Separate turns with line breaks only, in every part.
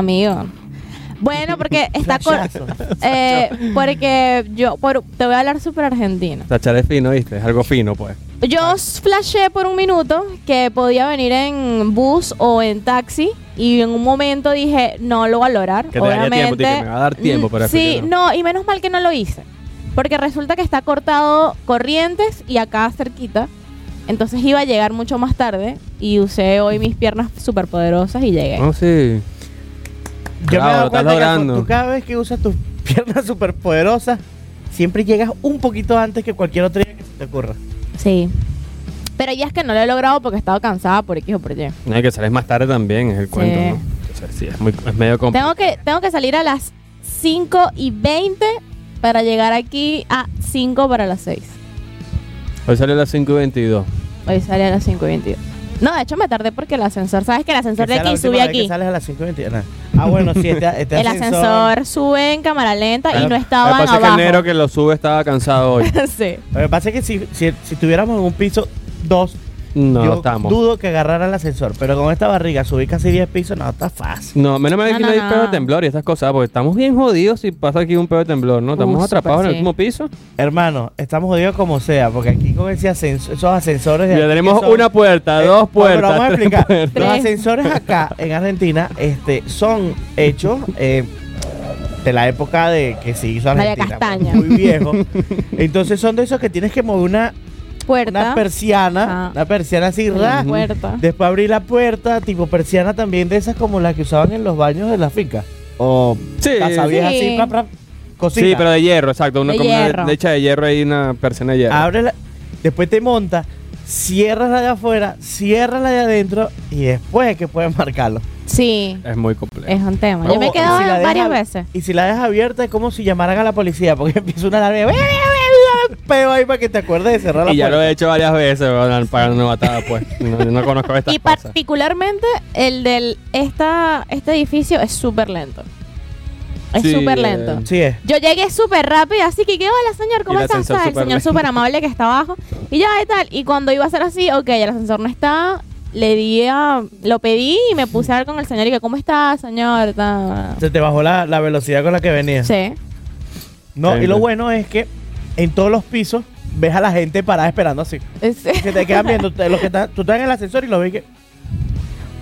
Amigo. Bueno, porque está con.
Flashazo.
eh, porque yo. por- te voy a hablar súper argentino.
Tachar es fino, ¿viste? Es algo fino, pues.
Yo flashé por un minuto que podía venir en bus o en taxi y en un momento dije, no lo valorar.
Que te daría
obviamente.
tiempo, dije, me va a dar tiempo,
Mm,
pero después
Sí,
que
no. y menos mal que no lo hice. Porque resulta que está cortado Corrientes y acá cerquita. Entonces iba a llegar mucho más tarde y usé hoy mis piernas superpoderosas y llegué.
No, sí.
Yo me he
Bravo,
dado
lo estás
cuenta que
logrando.
tú cada vez que usas tus piernas superpoderosas, siempre llegas un poquito antes que cualquier otro día que se te ocurra.
Sí. Pero ya es que no lo he logrado porque he estado cansada por X o por Y.
No, hay que sales más tarde también, es el cuento, ¿no? O sea, sí, es, muy, es medio
Tengo
complicado.
que, tengo que salir a las 5 y 20 para llegar aquí a 5 para las 6.
Hoy salió a las 5 y 22.
Hoy salí a las 5 y 22. No, de hecho me tardé porque el ascensor, ¿sabes que el ascensor
Que
de
sea la
aquí
última
sube
vez que
aquí?
sales a las 5.21. Ah, bueno, sí, este, este
El ascensor, sube en cámara lenta y no
Lo que
estaban
pasa es
abajo.
que enero que lo sube estaba cansado hoy.
sí.
Lo que pasa es que si, si, si tuviéramos en un piso 2,
No
yo
estamos.
dudo que agarrara el ascensor. Pero con esta barriga, subir casi 10 pisos, no, está fácil.
No, menos mal
No,
que no,
no,
hay
no.
pedo de temblor y estas cosas, porque estamos bien jodidos si pasa aquí un pedo de temblor, ¿no? Estamos
Uh,
atrapados
súper,
en el
sí.
último piso.
Hermano, estamos jodidos como sea, porque aquí con ese ascenso- esos ascensores. de
Ya
aquí
tenemos
que son-
una puerta,
Eh,
dos
no, pero
puertas,
vamos a
tres
explicar.
puertas.
Los
Tres.
ascensores acá en Argentina este, son hechos eh, de la época de que se hizo
María
Argentina. pues,
Castaña.
Muy viejo. Entonces son de esos que tienes que mover una,
Puerta.
una persiana,
Ah.
una persiana así, ra,
Mm, Puerta.
Después abrí la puerta, tipo persiana también de esas como las que usaban en los baños de la finca. O
Sí.
casa vieja
Sí.
así, pra, pra, cosita.
Sí, pero de hierro, exacto. Una,
De
como una
hierro.
lecha de hierro y una persona de hierro.
Abre la- después te montas, cierras la de afuera, cierras la de adentro y después es que puedes marcarlo.
Sí,
Es muy complejo.
es un tema. Yo me he
Como-
quedado
y si la
varias
dejas-
veces.
Y si la dejas abierta es como si llamaran a la policía, porque empieza una alarma y peo ahí para que te acuerdes de cerrar la
Y ya lo
puerta.
he hecho varias veces, weón, para una batada, pues. No, yo no conozco estas
Y
cosas.
particularmente el del esta, este edificio es súper lento. Es
Sí,
súper
eh,
lento.
Sí es.
Yo llegué súper rápido, así que, ¿qué hola, señor? ¿Cómo
Y el
estás?
ascensor
Ah, El
súper
señor
lento.
súper amable que está abajo. Y ya, y tal. Y cuando iba a ser así, ok, el ascensor no está. Le di a- Lo pedí y me puse a hablar con el señor y que, ¿cómo está, señor? Ta-
Se te bajó la, la velocidad con la que venía.
Sí.
No, y
Entiendo.
lo bueno es que en todos los pisos ves a la gente parada esperando así.
Es-
Se te quedan viendo te- los que están, tú estás en el ascensor y lo ves que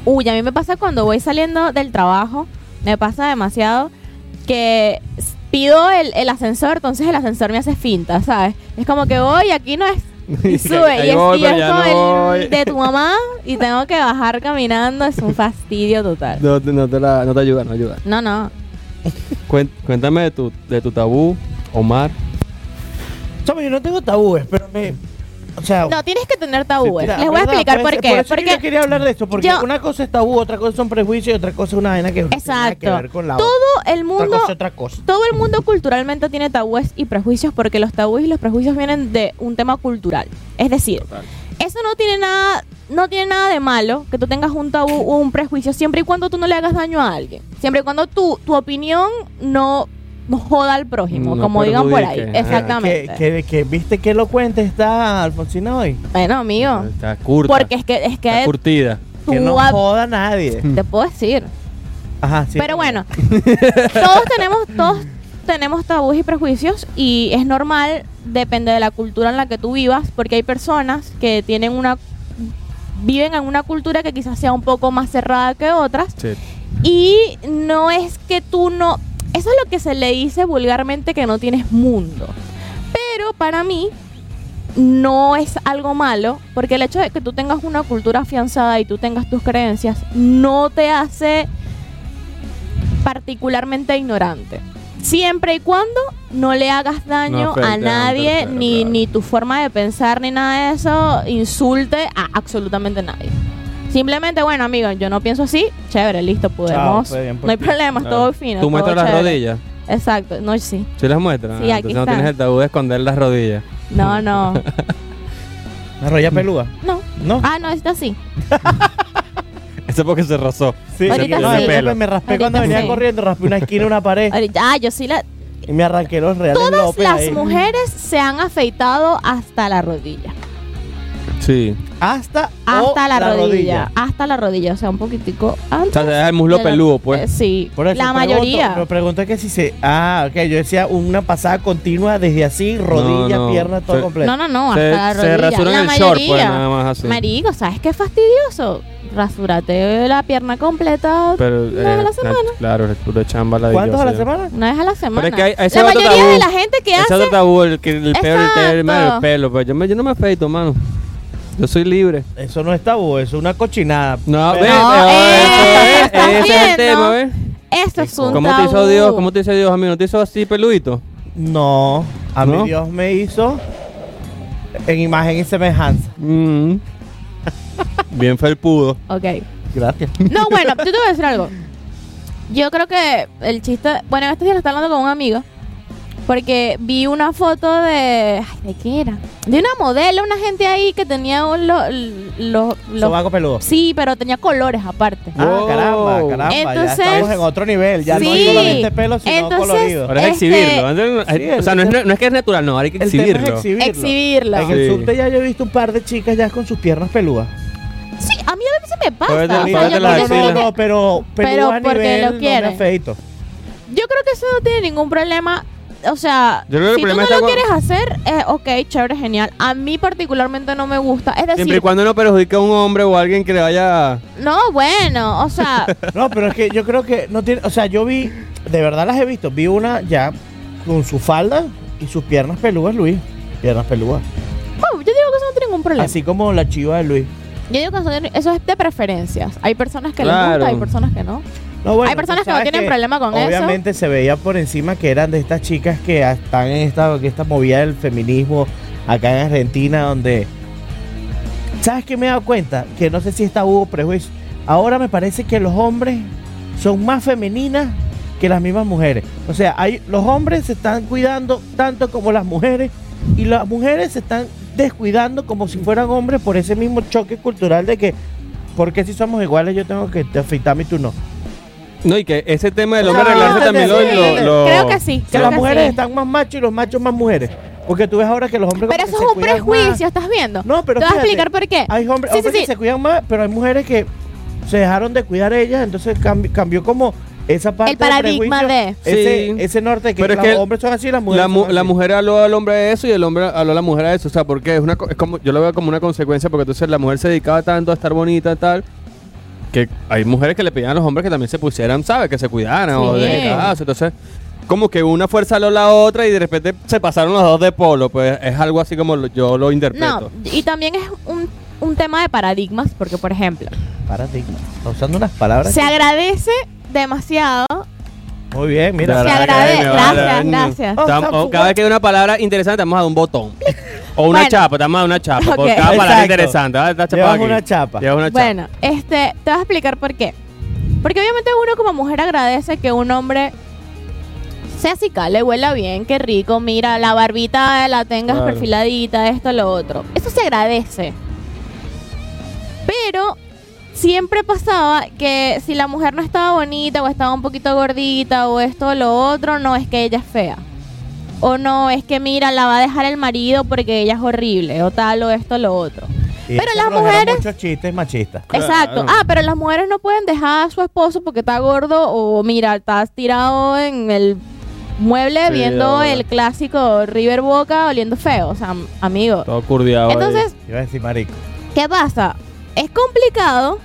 Uy, a mí me pasa cuando voy saliendo del trabajo, me pasa demasiado que s- pido el, el ascensor, entonces el ascensor me hace finta, ¿sabes? Es como que voy, aquí no es. Y sube,
Ahí
y es,
voy,
y
pero
es
ya
como
no
el
voy.
de tu mamá y tengo que bajar caminando, es un fastidio total.
No, te- no te la- no te ayuda, no ayuda.
No, no.
Cuen- Cuéntame de tu, de tu tabú, Omar.
Chamo, yo no tengo tabúes, pero me. O sea.
No, tienes que tener tabúes.
la
Les voy a
verdad,
explicar
puede
por
ser-
qué.
eso es que yo
Porque
quería hablar de esto, porque
yo-
una cosa es tabú, otra cosa son prejuicios y otra cosa es una vaina que no tiene nada que
Exacto.
ver con la
todo
otra.
el
Otra
mundo
cosa es otra cosa.
todo el mundo culturalmente tiene tabúes y prejuicios porque los tabúes y los prejuicios vienen de un tema cultural. Es decir, eso no tiene nada, no tiene nada de malo que tú tengas un tabú o un prejuicio siempre y cuando tú no le hagas daño a alguien. Siempre y cuando tu, tu opinión no, no joda al prójimo,
No
como digan por ahí.
perjudique. Ah,
Exactamente.
Que, que, que viste qué elocuente está Alfonsina hoy.
Bueno, amigo.
Está curta.
Porque es que, es
Está
que
curtida.
tú
que no
a-
joda a nadie.
te puedo decir.
Ajá, sí.
Pero bueno, todos tenemos, todos tenemos tabús y prejuicios y es normal, depende de la cultura en la que tú vivas, porque hay personas que tienen una viven en una cultura que quizás sea un poco más cerrada que otras
Sí.
y no es que tú no eso es lo que se le dice vulgarmente que no tienes mundo. Pero para mí no es algo malo, porque el hecho de que tú tengas una cultura afianzada y tú tengas tus creencias no te hace particularmente ignorante. Siempre y cuando no le hagas daño
No afecte a
a
un
nadie,
tercero,
ni,
claro.
ni tu forma de pensar, ni nada de eso, insulte a absolutamente nadie. Simplemente, bueno, amigo, yo no pienso así, chévere, listo, podemos.
pues, bien por
no hay
ti.
problema, es todo
Claro.
fino.
Ah. Tú
todo
muestras las
chévere.
rodillas.
Exacto, no, sí.
¿Sí las muestras?
Sí,
Ah,
aquí
Entonces no
están.
tienes el tabú de esconder las rodillas.
No, no,
Una roya peluda.
no.
¿No?
Ah, no, está así.
Eso porque se rozó.
sí.
ahorita
no,
sí.
después me raspé
Ahorita
cuando venía
sí.
corriendo, raspé una esquina, una pared
Ah, yo sí la.
y me arranqué los reales
Todas
López
las
ahí.
mujeres se han afeitado hasta la rodilla.
Sí.
Hasta, o
Hasta la, rodilla, Hasta la rodilla, o sea, un poquitico
O
antes.
sea, te deja el muslo
de la-
peludo,
eh,
pues.
sí,
Por eso
la
pregunto-
mayoría.
Me pregunta que si se. Ah, ok. Yo decía una pasada continua desde así, rodilla,
no.
pierna, todo
Sí.
completo.
No, no, no,
Se-
hasta
se
la rodilla.
rasuran
la
el
mayoría.
short, pues, nada más así.
Marico, ¿sabes qué fastidioso? Rasúrate la pierna completa
Pero, eh,
una vez a la semana.
claro, es puro chamba la
¿Cuántos a la semana?
Una vez a la semana.
Pero es que hay- ese
la
otro
mayoría
tabú.
de la gente que
Ese
hace.
otro tabú, el, que el peor el tema del
Exacto.
pelo. Pero yo, me- yo no me afeito, mano. Yo soy libre.
Eso no es tabú, eso es una cochinada.
No,
Pero-
ve,
No,
ve,
eh,
eso es,
¿estás
ese es el
viendo?
tema, ¿ves?
Eso es un
¿Cómo
tabú.
te hizo Dios? ¿Cómo te hizo Dios, amigo? ¿No te hizo así peludito?
No, a
¿No?
mí Dios me hizo en imagen y semejanza.
Mm. Bien felpudo.
Ok.
Gracias.
No, bueno, yo te voy a decir algo. Yo creo que el chiste. Bueno, en estos días lo estaba hablando con un amigo. Porque vi una foto de. Ay, ¿de qué era? De una modelo, una gente ahí que tenía un- lo- los. los-
Sobaco peludo.
sí, pero tenía colores aparte.
Ah,
Wow.
caramba, caramba.
Entonces-
ya estamos en otro nivel. Ya no
Sí.
es solamente pelo, sino
Entonces-
colorido.
Ahora es
Este-
exhibirlo. Antes-
Sí, el-
o sea, no es, no es que es natural, no. Ahora hay que
El tema es
exhibirlo.
exhibirlo.
Exhibirla.
En el
Sí.
subte ya yo he visto un par de chicas ya con sus piernas peludas.
Sí, a mí a veces me pasa.
Puedes
O sea,
Aparte
yo,
las
creo
no,
que-
no,
axilas.
no, pero, pero,
Pero
a
porque
nivel
lo
no me
quiere.
afeito.
yo creo que eso no tiene ningún problema. O sea,
Yo creo que el
si tú
problema
no
está
lo
cuando-
quieres hacer, eh, ok, chévere, genial. A mí particularmente no me gusta. Es
Siempre y
decir,
cuando no perjudique a un hombre o a alguien que le vaya.
no, bueno, o sea,
No, pero es que yo creo que no tiene, o sea, yo vi, de verdad las he visto, vi una ya con su falda y sus piernas peludas, Luis. Piernas peludas.
oh, yo digo que eso no tiene ningún problema.
Así como la chiva de Luis.
Yo digo que eso, eso es de preferencias. Hay personas que les
Claro.
gusta, hay personas que no.
No, bueno,
Hay personas
tú
que no
sabes
tienen problema con eso.
Obviamente se veía por encima que eran de estas chicas que ah, están en esta, que esta movida del feminismo acá en Argentina, donde. ¿Sabes qué me he dado cuenta? Que no sé si está hubo prejuicio. Ahora me parece que los hombres son más femeninas que las mismas mujeres. O sea, hay, los hombres se están cuidando tanto como las mujeres y las mujeres se están descuidando como si fueran hombres por ese mismo choque cultural de que, porque si somos iguales yo tengo que te afeitarme y tú no?
No, y que ese tema del
No,
hombre arreglarse también lo,
sí.
lo- lo-
Creo que sí.
que
creo
las
que
mujeres
sí.
están más machos y los machos más mujeres. Porque tú ves ahora que los hombres.
Pero eso
como que
es
se
un
cuidan
prejuicio, ¿estás viendo?
más. No, pero
Te voy a
fíjate,
explicar por qué.
Hay hombres,
Sí, sí,
hombres
sí.
que se cuidan más, pero hay mujeres que se dejaron de cuidar ellas, entonces cambi- cambió como esa parte
El paradigma
del prejuicio,
de-
ese,
Sí.
ese norte que
Pero es
los
que
hombres son así y las mujeres
La, mu-
son
la
así.
mujer habló al hombre de eso y el hombre habló a la mujer de eso. O sea, porque es una co- es como, yo lo veo como una consecuencia porque entonces la mujer se dedicaba tanto a estar bonita y tal. Que hay mujeres que le pedían a los hombres que también se pusieran, ¿sabes? Que se cuidaran o
Sí.
dedicadas. Entonces, como que una fuerza habló a la otra y de repente se pasaron los dos de polo. Pues es algo así como lo- yo lo interpreto.
No, y también es un, un tema de paradigmas, porque, por ejemplo,
Paradigma. Está usando unas palabras.
se agradece demasiado.
que- Muy bien,
Ya,
Se
mira.
la
agradece.
academia, vale,
Gracias,
bueno.
gracias.
Oh,
Tam- o cada vez que hay una palabra interesante, te vamos a dar un botón. O una
Bueno.
chapa, te vamos a dar una chapa. Por
Ok.
cada palabra
Exacto.
interesante. Ah, esta chapa
Llevas
aquí.
una chapa.
Llevas una chapa.
Bueno, este, te voy a explicar por qué. Porque obviamente uno como mujer agradece que un hombre sea le huela bien, qué rico, mira, la barbita la tengas
Claro.
perfiladita, esto, lo otro. Eso se agradece. Pero siempre pasaba que si la mujer no estaba bonita o estaba un poquito gordita o esto o lo otro, no es que ella es fea. O no es que mira, la va a dejar el marido porque ella es horrible o tal o esto o lo otro.
Y
pero
este
las
programa
mujeres-
Muchos chistes machistas.
Claro.
Exacto. Ah, pero las mujeres no pueden dejar a su esposo porque está gordo o mira, estás tirado en el mueble
Sí,
viendo
ahora.
el clásico River Boca oliendo feo, o sea, am- amigo.
Todo curdeado. ahí.
Entonces,
Iba a decir marico.
¿qué pasa? Es complicado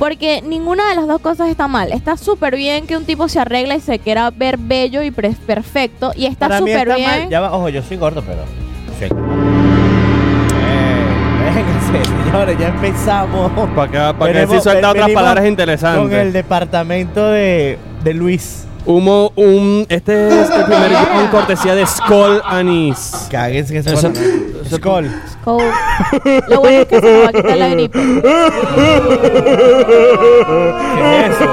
porque ninguna de las dos cosas está mal. Está súper bien que un tipo se arregla y se quiera ver bello y pre- perfecto y está
Para mí
súper
está
bien.
mal. Ya va, ojo, yo soy gordo, pero. soy gordo. Eh, vénganse, señores, ya empezamos con
Para que, para que
Venimos-
sí suelta
ven-
otras
venimos
palabras interesantes.
el departamento de, de Luis.
Humo, un, este es el primer con cortesía de Skull Anís.
Cáguense que se
Eso- eso-
Skull.
Cool. Lo bueno es que se me va a quitar la gripe.
¿Qué es eso?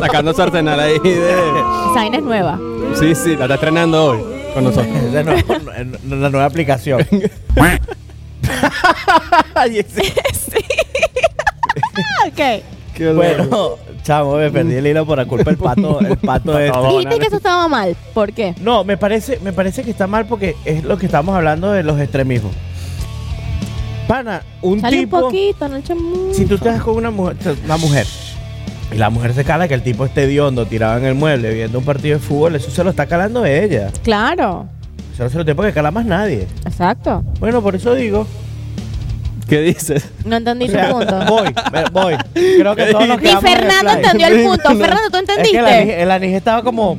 Sacando su arsenal ahí de...
Esa vaina es nueva.
Sí, sí, la está estrenando hoy con nosotros.
Esa no- no- no- Eh, la nueva aplicación. Ay, ese-
Ok.
Qué loco.
bueno, chamo, me perdí el hilo por la culpa del pato, el pato este. de
Por favor.
Dijiste que eso estaba mal. ¿Por qué?
No, me parece, me parece que está mal porque es lo que estamos hablando de los extremismos. Pana, un
Sale
tipo.
un poquito, no eche mucho.
Si tú estás con una mujer, una mujer y la mujer se cala que el tipo esté hediondo, tirado en el mueble, viendo un partido de fútbol, eso se lo está calando ella.
Claro,
Eso no se lo tiene que calar más nadie.
exacto.
Bueno, por eso digo.
¿Qué dices?
No entendí
o
tu
sea,
punto.
voy, me- voy. Creo que todos los que
Ni
vamos en el
Fernando
play-
entendió el punto. Fernando, ¿tú
Es que el
entendiste?
anís, el anís estaba como.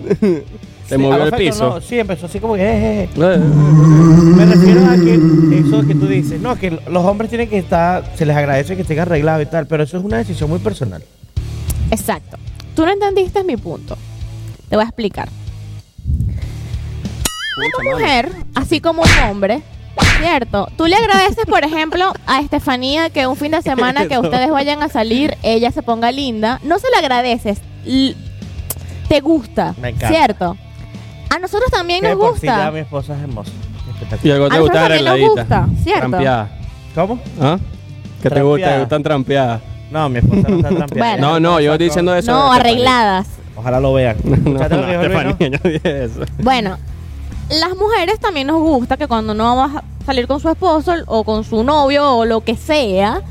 Se
Sí,
movió el
perfecto,
piso.
no, sí, empezó así como que. eh, eh, eh.
Eh,
Me refiero a que eso que tú dices. No, que los hombres tienen que estar. Se les agradece que estén arreglados y tal, pero eso es una decisión muy personal.
Exacto. Tú no entendiste mi punto. Te voy a explicar. Una mujer, así como un hombre, ¿cierto? Tú le agradeces, por ejemplo, a Estefanía que un fin de semana que ustedes vayan a salir, ella se ponga linda. No se le agradeces. l- Te gusta,
Me encanta.
¿cierto? A nosotros también
Que
nos
de por sí ya
gusta.
mi esposa es hermosa.
Y
Espectacular.
algo te
A nosotros
gusta
también nos
arregladita.
gusta, ¿cierto?
Trampeada.
¿Cómo?
¿Ah? ¿Qué te gusta?
Trampeada.
¿Te gustan trampeadas?
No, mi esposa no está trampeada.
Bueno.
No, no, yo estoy diciendo eso.
No,
de Estefanía.
arregladas.
Ojalá lo vean.
No, no,
¿Escuchaste lo que dijo Luis, no?
Estefanía, yo dije eso.
Bueno, las mujeres también nos gusta que cuando no vamos a salir con su esposo o con su novio o lo que sea,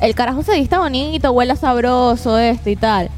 el carajo se vista bonito, huela sabroso, esto y tal.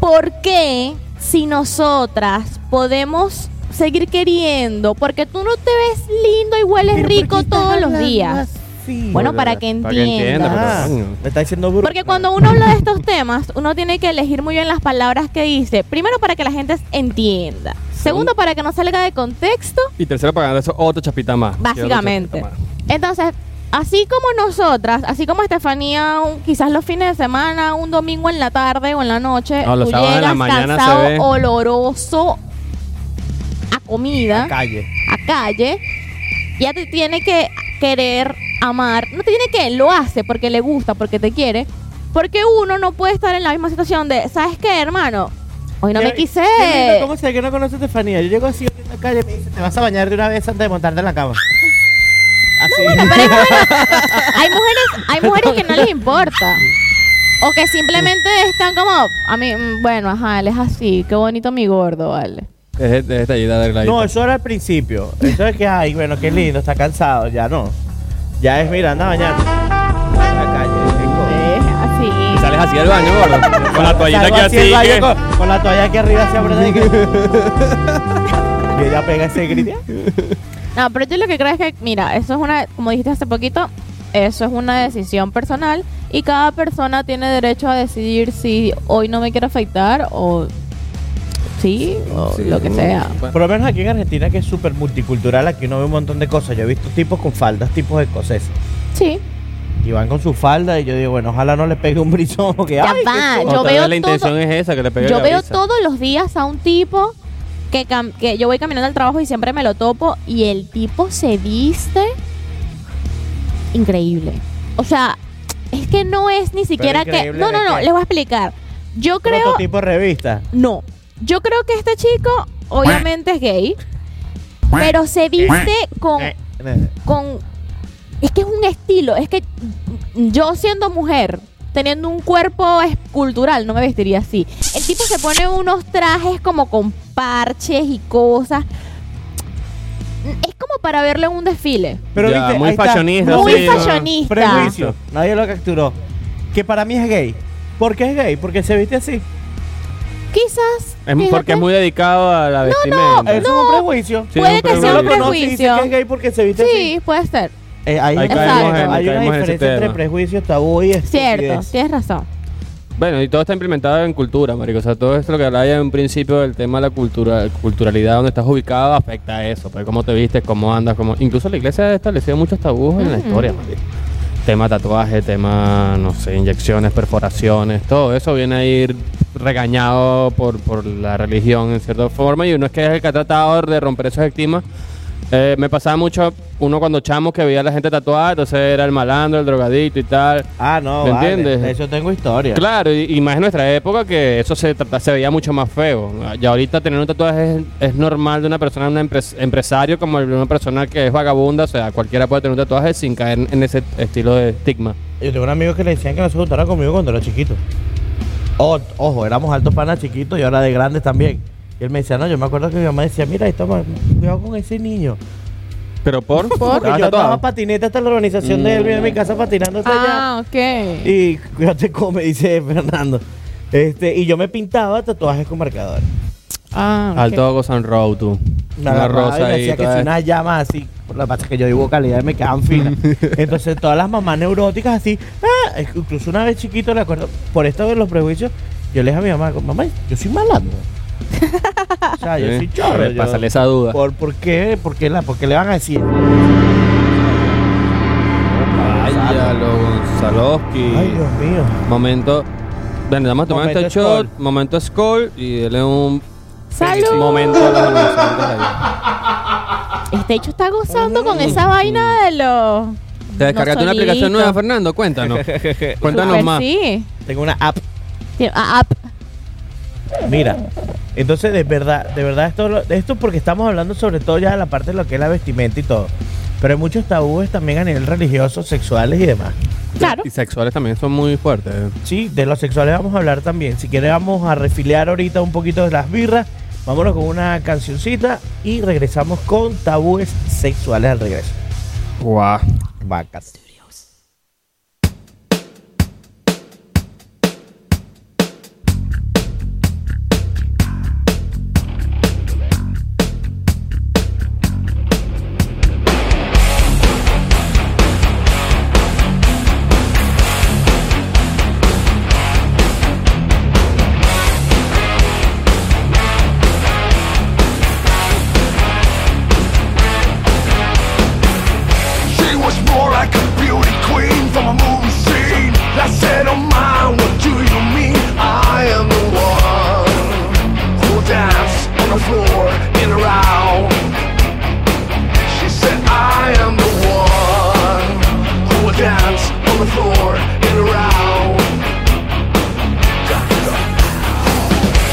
¿Por qué si nosotras podemos seguir queriendo? Porque tú no te ves lindo y hueles rico todos los días. Bueno, para que
Para que entienda,
entiendas.
Ah,
pero coño.
me está diciendo burro.
Porque cuando uno habla de estos temas, uno tiene que elegir muy bien las palabras que dice. Primero, para que la gente entienda. Segundo, para que no salga de contexto.
Y tercero, pagando eso, otra chapita más.
Básicamente.
Otra chapita
Entonces, así como nosotras, así como Estefanía, un- quizás los fines de semana, un domingo en la tarde o en la noche,
No, los
tú
sábados en la
llegas
mañana se
cansado,
ve.
oloroso a comida,
Calle.
a calle, ya te tiene que querer amar. No te tiene que, lo hace porque le gusta, porque te quiere. Porque uno no puede estar en la misma situación de, ¿sabes qué, hermano? Hoy no
Qué-
me quise.
qué lindo, ¿Cómo se que no conoce a Estefanía? Yo llego así en la calle y me dice, te vas a bañar de una vez antes de montarte en la cama. Así.
hay mujeres, hay mujeres que no les importa. O que simplemente están como, a mí, mm, bueno, ajá, él es así, qué bonito mi gordo, vale.
más. Es, es esta idea de arregladita.
no, eso era al principio. Eso es que, ay, bueno, qué lindo, está cansado. Ya no. Ya es, mira, anda a bañarte. En la calle. rico.
así.
Y sales así del baño, gordo. Con la toallita
Salgo
aquí
así el
así.
baño
que-
con, con la toalla aquí arriba así apretada y que- Y ella pega ese grito.
No, pero yo lo que creo es que, mira, eso es una, como dijiste hace poquito, eso es una decisión personal y cada persona tiene derecho a decidir si hoy no me quiero afectar o sí, o
Sí,
lo que
no,
sea.
bueno.
Por lo menos aquí en Argentina, que es súper multicultural, aquí uno ve un montón de cosas. Yo he visto tipos con faldas, tipos escoceses.
Sí.
Y van con su falda y yo digo, bueno, ojalá no le pegue un brizón. Porque,
Ya
ay, qué
va,
susto.
Ah, yo
No, tal
veo
vez La intención
todo-
es esa, que le pegue
Yo
la
veo
brisa.
todos los días a un tipo que, cam- que yo voy caminando al trabajo y siempre me lo topo y el tipo se viste increíble. O sea, es que no es ni siquiera que...
increíble
No,
de
no, no,
qué.
les voy a explicar. Yo creo...
Prototipo de revista.
No, yo creo que este chico obviamente es gay, pero se viste con
Eh, eh.
con es que es un estilo es que yo siendo mujer teniendo un cuerpo escultural no me vestiría así el tipo se pone unos trajes como con parches y cosas es como para verle un desfile
Pero
Ya,
viste,
muy
ahí está.
fashionista,
muy
sí, ¿no?
fashionista
Prejuicio. Nadie lo capturó. Que para mí es gay. ¿Por qué es gay? Porque se viste así.
quizás
Es porque
fíjate.
es muy dedicado a la vestimenta.
Eso es un prejuicio.
Sí,
puede
es un
que sea
Uno
un
lo conoce y dice
prejuicio
que es gay porque se viste así.
sí puede ser
Eh, ahí
Ahí
es-
caemos
hay
en-
una
caemos en ese
diferencia entre
tema.
prejuicios, tabú y
cierto
estupidez.
tienes razón
Bueno, y todo está implementado en cultura, marico. O sea, todo esto lo que hablaba ya en un principio del tema de la cultura, culturalidad, donde estás ubicado, afecta a eso. Pues cómo te vistes, cómo andas, cómo... Incluso la iglesia ha establecido muchos tabúes en la
Ujú.
historia, marico. Tema tatuaje, tema, no sé, inyecciones, perforaciones, todo eso viene a ir regañado por, por la religión en cierta forma y uno es que es el que ha tratado de romper esos estigmas. Eh, me pasaba mucho uno cuando chamos que veía a la gente tatuada, entonces era el malandro, el drogadicto y tal.
Ah, no,
¿Me
vale.
entiendes?
De eso tengo historia.
Claro, y, y más en nuestra época que eso se, trata- se veía mucho más feo. Ya ahorita tener un tatuaje es, es normal de una persona, un empresario, como de una persona que es vagabunda, o sea, cualquiera puede tener un tatuaje sin caer en- en ese estilo de estigma.
Yo tengo un amigo que le decían que no se juntara conmigo cuando era chiquito. O- ojo, éramos altos panas chiquitos y ahora de grandes también. Y él me decía, no, yo me acuerdo que mi mamá decía, mira, ahí toma, cuidado con ese niño.
Pero por.
Porque
Estaba
yo estaba
tatuado.
patineta hasta la urbanización de él, vine a mi casa patinando hasta allá.
Ah, ok.
Y cuídate come, dice Fernando. Este, y yo me pintaba tatuajes con marcador.
Ah, ok.
Alto Goes and Row, tú.
La
Una
agarraba y
rosa
me
ahí.
hacía que
toda-
si unas llamas así. Por la pasa que yo dibujo calidad y me quedaban finas. Entonces todas las mamás neuróticas así. ah, incluso una vez chiquito, le acuerdo, por esto de los prejuicios, yo le dije a mi mamá, mamá, yo soy malandro. o sea, yo
Sí.
soy chorro.
Para
yo-
Pasarle esa duda.
¿Por, por qué? ¿Por qué la, por qué le van a decir?
Váyalo, Gonzalowski.
Ay, Dios mío.
Momento. Bueno, vamos a tomar
Momento
este shot.
Skol.
Momento Skull. Y dele un.
¡Salud!
Momento a los adolescentes ahí.
Este hecho está gozando con esa vaina de los.
¿Te descargaste Mm. una aplicación
solito.
nueva, Fernando? Cuéntanos. Cuéntanos
Súper
más.
Sí.
Tengo una app.
Tiene- ah, ah,
Mira, entonces de verdad, de verdad esto, lo- esto porque estamos hablando sobre todo ya de la parte de lo que es la vestimenta y todo. Pero hay muchos tabúes también a nivel religioso, sexuales y demás.
claro.
Y sexuales también son muy fuertes.
Sí, de los sexuales vamos a hablar también. Si quieres vamos a refiliar ahorita un poquito de las birras. Vámonos con una cancioncita y regresamos con tabúes sexuales al regreso.
Guau.
Vacas.
She was more like a beauty queen from a movie scene. I said, Oh my, what do you mean? I am the one who danced on the floor in a row. She said, I am the one who will dance on the floor in a row.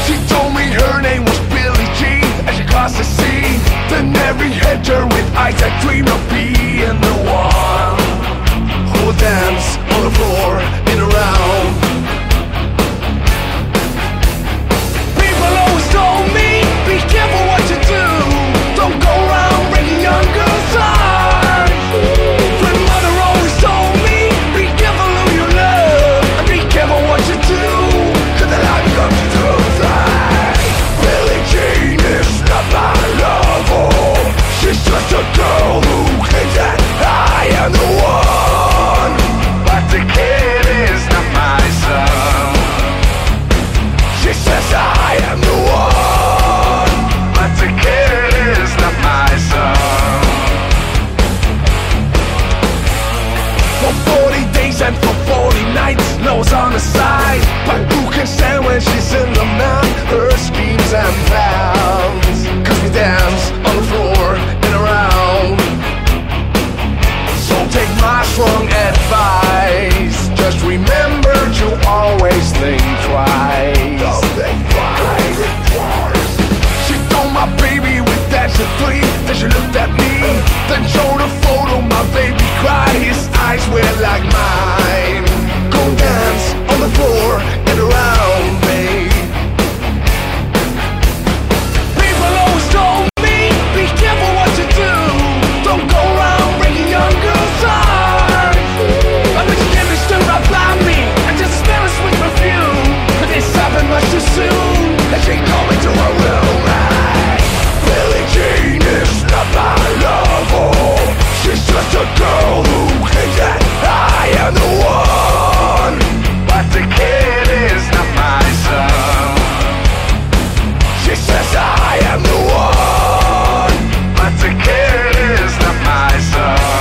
She told me her name was Billie Jean and she caused a scene. Then every hitter with eyes I dream of being the one who will dance on the floor in a round. People always told me, be careful what you do. Don't go around breaking young girls' hearts. My mother always told me, be careful who you love. And be careful what you do, cause the life comes to life. Billie Jean is not my lover. She's just a girl who claims that I am the one. But the kid is not my son. She says I am the one, but the kid is not my son. For 40 days and for 40 nights, lows on the side. But who can stand when she's in the mouth? Her schemes and plans. Cause we dance on the floor and around. So take my strong advice. Just remember to always think twice. She threw my baby with that to three. Then she looked at me. Then showed a photo. My baby cried. His eyes were like mine. Go dance on the floor and around, babe. People always told me, be careful what you do. Don't go around breaking young girls' hearts. I wish you never stood right by me. I just smell a sweet perfume. But it's happened much too soon. And she called me to her room. I- Billie Jean is not my lover. She's just a girl who claims that I am the one. But the kid is not my son. She says I am the one, but the kid is not my son.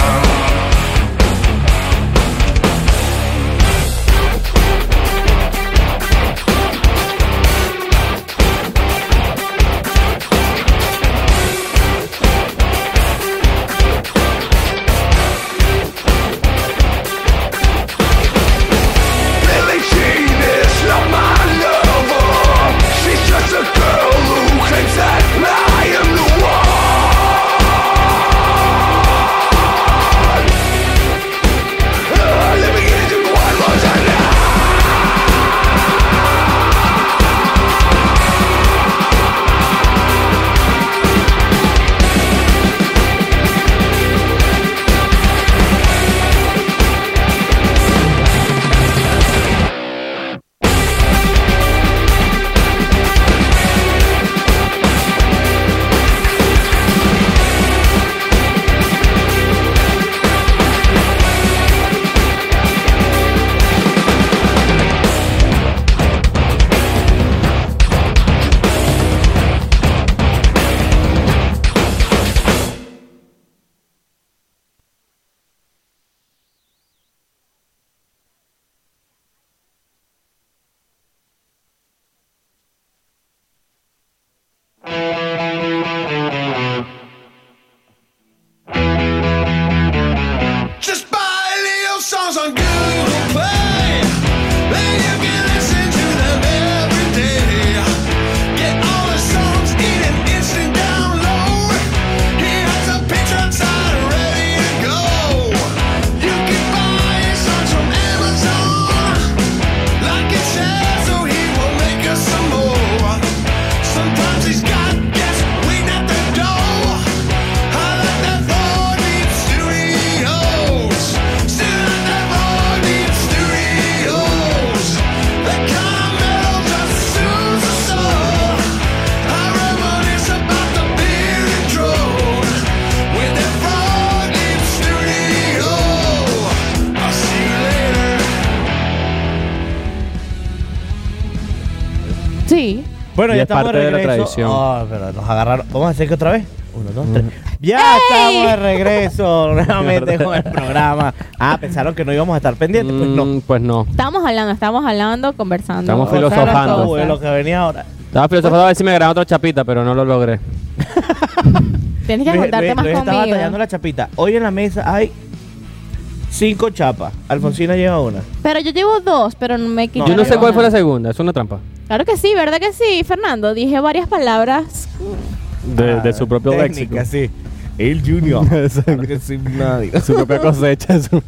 oh,
Sí.
Bueno,
Y
ya
es
estamos
parte
de
de la
regreso.
tradición. Mm.
Ah, pero nos agarraron. Vamos a hacer que otra vez. Uno, dos, tres. Ya estamos de regreso nuevamente con el programa. Ah, pensaron que no íbamos a estar pendientes. Pues no.
Mm, Pues no.
Estamos hablando, estamos hablando, conversando.
Estamos
otras
filosofando.
cosas.
Uy, lo que venía ahora.
Estaba filosofando a ver si me graban otra chapita, pero no lo logré.
Tienes que
Luis-
juntarte
Luis-
más
Luis estaba
conmigo.
tallando la chapita. Hoy en la mesa hay cinco chapas. Alfonsina
Mm.
lleva una.
Pero yo llevo dos, pero no me quito.
Yo no sé
Claro.
cuál fue la segunda, es una trampa.
Claro que sí, ¿verdad que sí, Fernando? Dije varias palabras.
De,
Ah,
de su propio
técnica, sí.
léxico.
El Junior. Claro que sí, nadie.
su propia cosecha. su-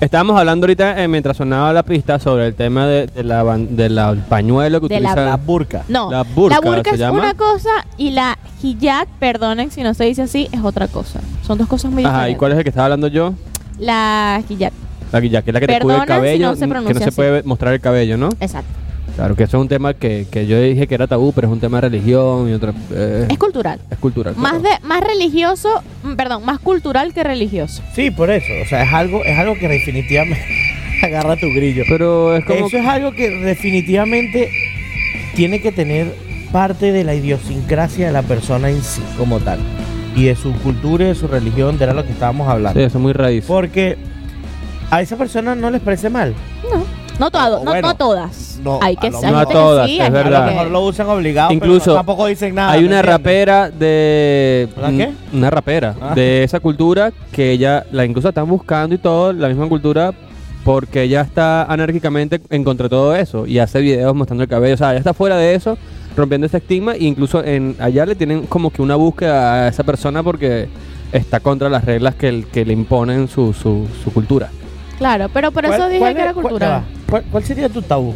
Estábamos hablando ahorita eh, mientras sonaba la pista sobre el tema de, de la ban- de la- el pañuelo que
De la-
utiliza.
La burka.
No.
La burka, ¿se
es
llama?
una cosa y la hijab, perdonen si no se dice así, es otra cosa. Son dos cosas muy
Ajá,
diferentes.
¿y cuál es el que estaba hablando yo?
La hijab.
La que, ya, que es la que te cubre
Perdona
el cabello,
si no se
que no
pronuncia
se
así.
puede mostrar el cabello, ¿no?
Exacto.
Claro, que eso es un tema que, que yo dije que era tabú, pero es un tema de religión y otra... eh,
Es cultural.
es cultural.
Más,
claro.
de, más religioso, mm, perdón, más cultural que religioso.
Sí, por eso. O sea, es algo, es algo que definitivamente agarra tu grillo.
Pero es como...
Eso es algo que definitivamente tiene que tener parte de la idiosincrasia de la persona en sí, como tal. Y de su cultura y de su religión, de lo que estábamos hablando.
Sí, eso es muy raíz.
Porque a esa persona no les parece mal.
No. No, todas,
O
no,
bueno,
no todas.
no,
hay
a
que
lo
hay
mejor-
gente
No a
que
todas, es
hay gente
verdad.
A
que-
lo mejor lo usan obligado,
Incluso
pero no- tampoco dicen nada.
Hay
¿me
una
entiendes?
rapera de. mm,
¿Una qué?
Una rapera
Ah.
de esa cultura que ella, la incluso están buscando y todo, la misma cultura, porque ella está anárquicamente en contra de todo eso y hace videos mostrando el cabello. O sea, ella está fuera de eso, rompiendo ese estigma, e incluso en allá le tienen como que una búsqueda a esa persona porque está contra las reglas que, el- que le imponen su, su, su cultura.
Claro, pero por eso
¿Cuál-
dije
cuál
que
es-
era
cuál-
cultural.
ya va. ¿Cuál, cuál sería tu tabú?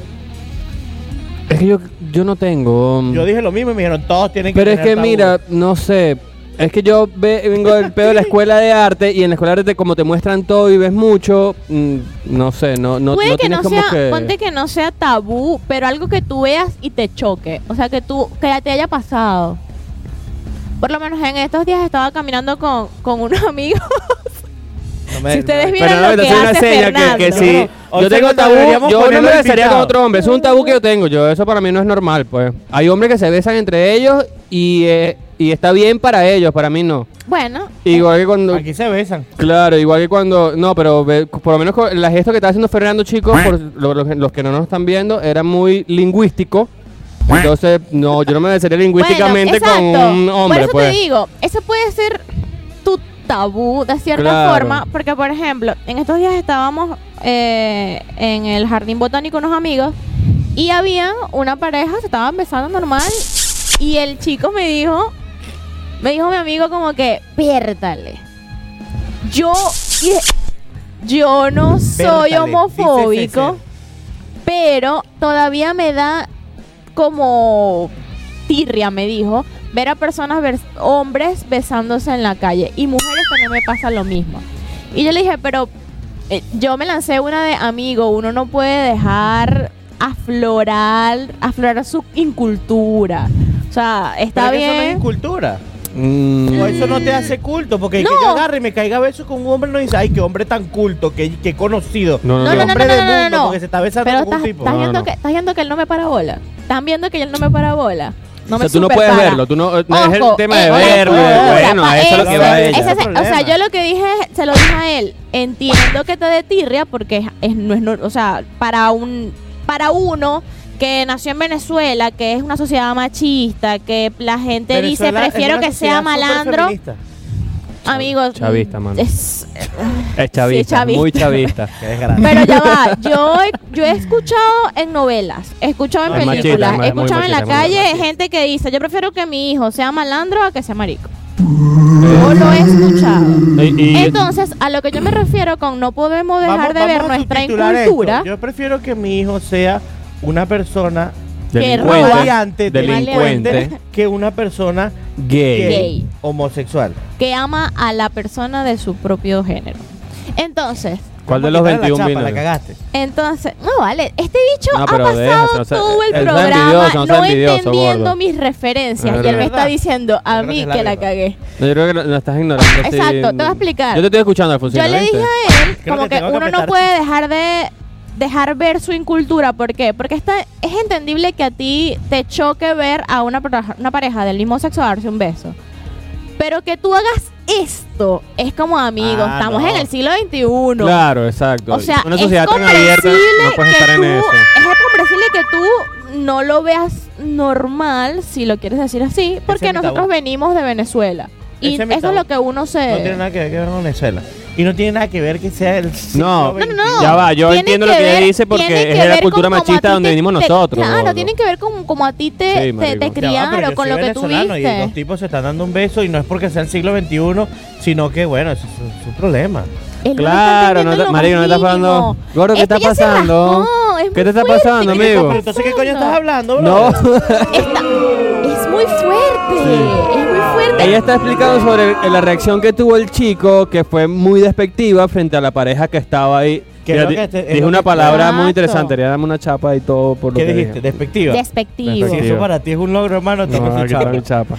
Es que yo, yo no tengo. um,
Yo dije lo mismo y me dijeron, todos tienen que
Pero es
tener
que
tabú.
mira, no sé. Es que yo ve- vengo del pedo de la escuela de arte y en la escuela de arte como te muestran todo y ves mucho, mm, no sé, no, no,
Puede
no
que
tienes
no
como
sea,
que...
ponte que no sea tabú, pero algo que tú veas y te choque. O sea, que tú, que ya te haya pasado. Por lo menos en estos días estaba caminando con, con unos amigos.
No me-
si ustedes
no-
vieran
no,
lo que
hacer
hace Fernando.
que, que
No,
si
no, o
yo
sea,
tengo
no
tabú,
deberíamos
yo no
ponerlo
me
al
besaría con
invitado.
otro hombre, es un tabú que yo tengo, yo eso para mí no es normal, pues. Hay hombres que se besan entre ellos y, eh, y está bien para ellos, para mí no.
Bueno,
Igual que cuando...
Aquí se besan.
Claro, igual que cuando. No, pero ve- por lo menos con- la gesto que está haciendo Fernando, chicos, por lo- lo- los que no nos están viendo, era muy lingüístico. Entonces, no, yo no me desearía lingüísticamente
Bueno,
con
exacto.
un hombre,
Por eso
pues.
te digo, eso puede ser tu tabú de cierta
Claro.
forma, porque por ejemplo, en estos días estábamos eh, en el jardín botánico unos amigos y había una pareja, se estaban besando normal y el chico me dijo, me dijo mi amigo como que, piérdale. Yo, yo no soy
Pértale,
homofóbico,
dice
pero todavía me da como tirria, me dijo, ver a personas, vers- hombres besándose en la calle. Y mujeres también me pasa lo mismo. Y yo le dije, pero eh, yo me lancé una de amigo, uno no puede dejar aflorar, aflorar su incultura. O sea, está
Pero es que Eso no es
bien.
incultura.
Mm,
O eso no te hace culto, porque que
No.
yo agarre y me caiga a besos con un hombre no dice, ay, qué hombre tan culto, qué, qué conocido.
No, no,
No,
no.
no, no,
hombre
no,
del
no, no,
mundo,
no.
porque se está besando
Pero
con un
estás,
tipo.
estás
No, no,
viendo
no.
Que, estás viendo que él no me para bola. Están viendo que él no me para bola. No
o sea,
me
tú no puedes
superpara.
verlo, tú no, no es el
Ojo,
tema
eh,
de
ojo,
verlo.
ojo,
Bueno,
ojo,
a eso es lo que
ese-
va
ese
ella.
es- o sea,
Problema.
yo lo que dije, se lo dije a él. Entiendo que te dé tirria porque es- es, no es, nor- o sea, para un para uno que nació en Venezuela, que es una sociedad machista, que la gente dice
Venezuela es
prefiero
una
que sea
sociedad
malandro,
superfeminista.
amigos. mm,
Chavista, mano.
es-
Es chavista,
chavista.
muy chavista.
Qué desgracia.
pero ya va, yo, he- yo he escuchado en novelas, he escuchado en
No, es machista,
películas,
es ma-
he
es muy
escuchado en la
machista, es muy
calle
machista.
gente que dice, yo prefiero que mi hijo sea malandro a que sea marico. O lo he escuchado.
Y- y-
Entonces, a lo que yo me refiero con no podemos dejar de ver nuestra
subtitular esto.
incultura.
Yo prefiero que mi hijo sea una persona
roba.
maleante,
delincuente,
Maleante.
que una persona
gay.
Gay.
homosexual.
que ama a la persona de su propio género. Entonces,
¿Cuál de
Vamos
los
a quitar la
21
chapa,
vino?
La cagaste.
entonces, no vale, este bicho
No,
ha
pero
pasado
déjase, no sea-
todo el
no sea
programa
envidioso, no sea
no
envidioso,
entendiendo
gordo.
mis referencias
Es
y él me
verdad.
está diciendo a
Yo creo que
mí
es la
que la
verdad.
cagué.
No, yo creo que lo, lo estás ignorando. así.
Exacto, te voy a explicar.
Yo te estoy escuchando, Alfonso.
Yo le dije a él
Creo
como
que
que
tengo que
uno no
apretar.
puede dejar de dejar ver su incultura. ¿Por qué? Porque está, es entendible que a ti te choque ver a una, pareja- una pareja del mismo sexo darse un beso. Pero que tú hagas esto es como amigos,
Ah,
estamos
no.
en el siglo XXI.
Claro, exacto.
O sea,
una
es
sociedad tan
comprensible
abierta no puedes
que
estar en
tú-
eso.
Es comprensible que tú no lo veas normal, si lo quieres decir así, porque
es mi
nosotros
tabú.
venimos de Venezuela. Y
Ese es mi
eso es
tabú.
lo que uno se...
No tiene nada que ver, que ver con Venezuela. Y no tiene nada que ver que sea el. siglo
No,
No, no, no.
XXI.
Ya va, yo
Tiene
entiendo lo que ella
ver-
dice porque
tiene
es
que
de la
ver
cultura
con cómo
machista
a ti
donde venimos nosotros,
Claro,
boludo.
tiene que ver con cómo a ti
Sí,
te, te,
marico.
te
Ya va, pero
criaron,
yo
con
soy
lo que tú
venezolano Y
viste.
los tipos se están dando un beso y no es porque sea el siglo XXI, sino que, bueno, eso es un- es un problema.
Él no,
Claro, no
está entendiendo
te-
lo
marico, no
más
estás
mínimo.
pasando. Gordo, ¿qué
Es que
está
ella se
pasando?
rascó, es
¿Qué
muy
te está
fuerte,
pasando,
¿qué te está
amigo?
Pero entonces, ¿qué coño
pasando?
estás hablando,
No,
bro?
Está- es muy fuerte, es muy fuerte.
ella está explicando sobre el- la reacción que tuvo el chico, que fue muy despectiva frente a la pareja que estaba ahí.
Que es
Mira,
lo
di-
que te- es
dijo
lo
una
que-
palabra muy
Exacto.
interesante, le damos una chapa y todo por lo
¿Qué
que
dijiste?
dijo.
Despectiva.
Despectivo.
Si eso para ti es un logro, hermano, te
No,
no,
que estaba en chapa.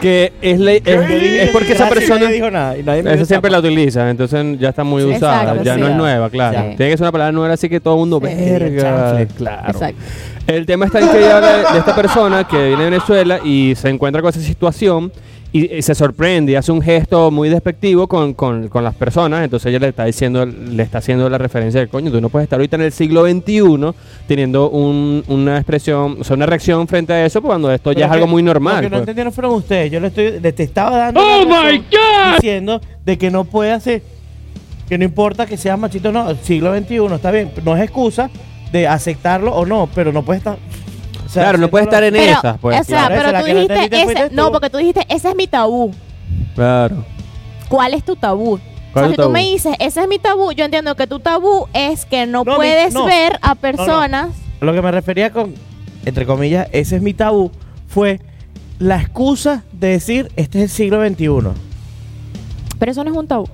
Que es, la- es- es porque esa persona...
Ah, Nadie dijo nada. y nadie me
Esa
dio
siempre la
chapa.
utilizan, entonces ya está muy
Sí.
usada,
Exacto,
ya
sí.
no es nueva, claro.
Sí.
Tiene que ser una palabra nueva, así que todo el mundo
Sí.
verga.
Chanfle.
Claro.
Exacto.
El tema está en que ella habla de, de esta persona que viene de Venezuela y se encuentra con esa situación y, y se sorprende y hace un gesto muy despectivo con, con- con las personas. Entonces ella le está diciendo, le está haciendo la referencia del coño. Tú no puedes estar ahorita en el siglo XXI teniendo un- una expresión, o sea, una reacción frente a eso pues, cuando esto ya
Pero
es algo
que-
muy
Lo
normal.
que no
pues.
entendieron fueron ustedes. Yo le, estoy, le te estaba dando. la razón Diciendo de que no puede hacer. Que no importa que seas machito o no. Siglo XXI, está bien. No es excusa de aceptarlo o no, pero no puede estar. o sea,
Claro, no puede estar
haciéndolo-
en
Pero,
esas, pues.
o sea,
claro. Esa
pero
es la
tú
que no
dijiste,
entendiste,
ese-
fuiste
no,
tú.
porque tú dijiste, ese es mi tabú.
claro.
¿Cuál es tu tabú? O
¿Cuál
sea, si
es tu
tú
tabú?
me dices, ese es mi tabú, yo entiendo que tu tabú es que no,
No, mi-
puedes
no.
ver a personas.
Lo que me refería con, entre comillas, ese es mi tabú, fue la excusa de decir, este es el siglo XXI.
Pero eso no es un tabú.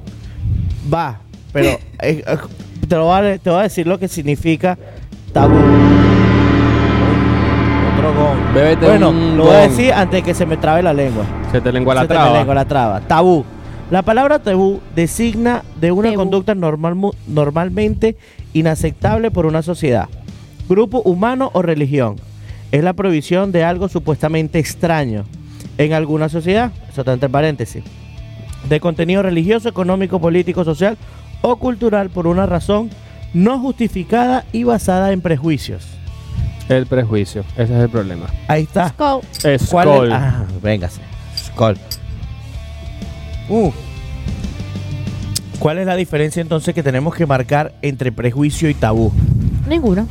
Va, pero eh, eh, te, lo voy a, te voy a decir lo que significa tabú. Otro gong.
Bébete
bueno,
un
lo voy a
gong.
decir antes de que se me trabe la lengua.
Se te lengua la
Se te
traba.
lengua la traba. Tabú. La palabra tabú designa de una
Tabú.
conducta normal, mu- normalmente inaceptable por una sociedad, grupo humano o religión. Es la prohibición de algo supuestamente extraño en alguna sociedad, eso está entre paréntesis, de contenido religioso, económico, político, social o cultural por una razón no justificada y basada en prejuicios.
El prejuicio, ese es el problema.
Ahí está.
Scout.
Es
¿Cuál
col.
es? Ah, véngase. Skol. Uh. ¿Cuál es la diferencia entonces que tenemos que marcar entre prejuicio y tabú?
Ninguno.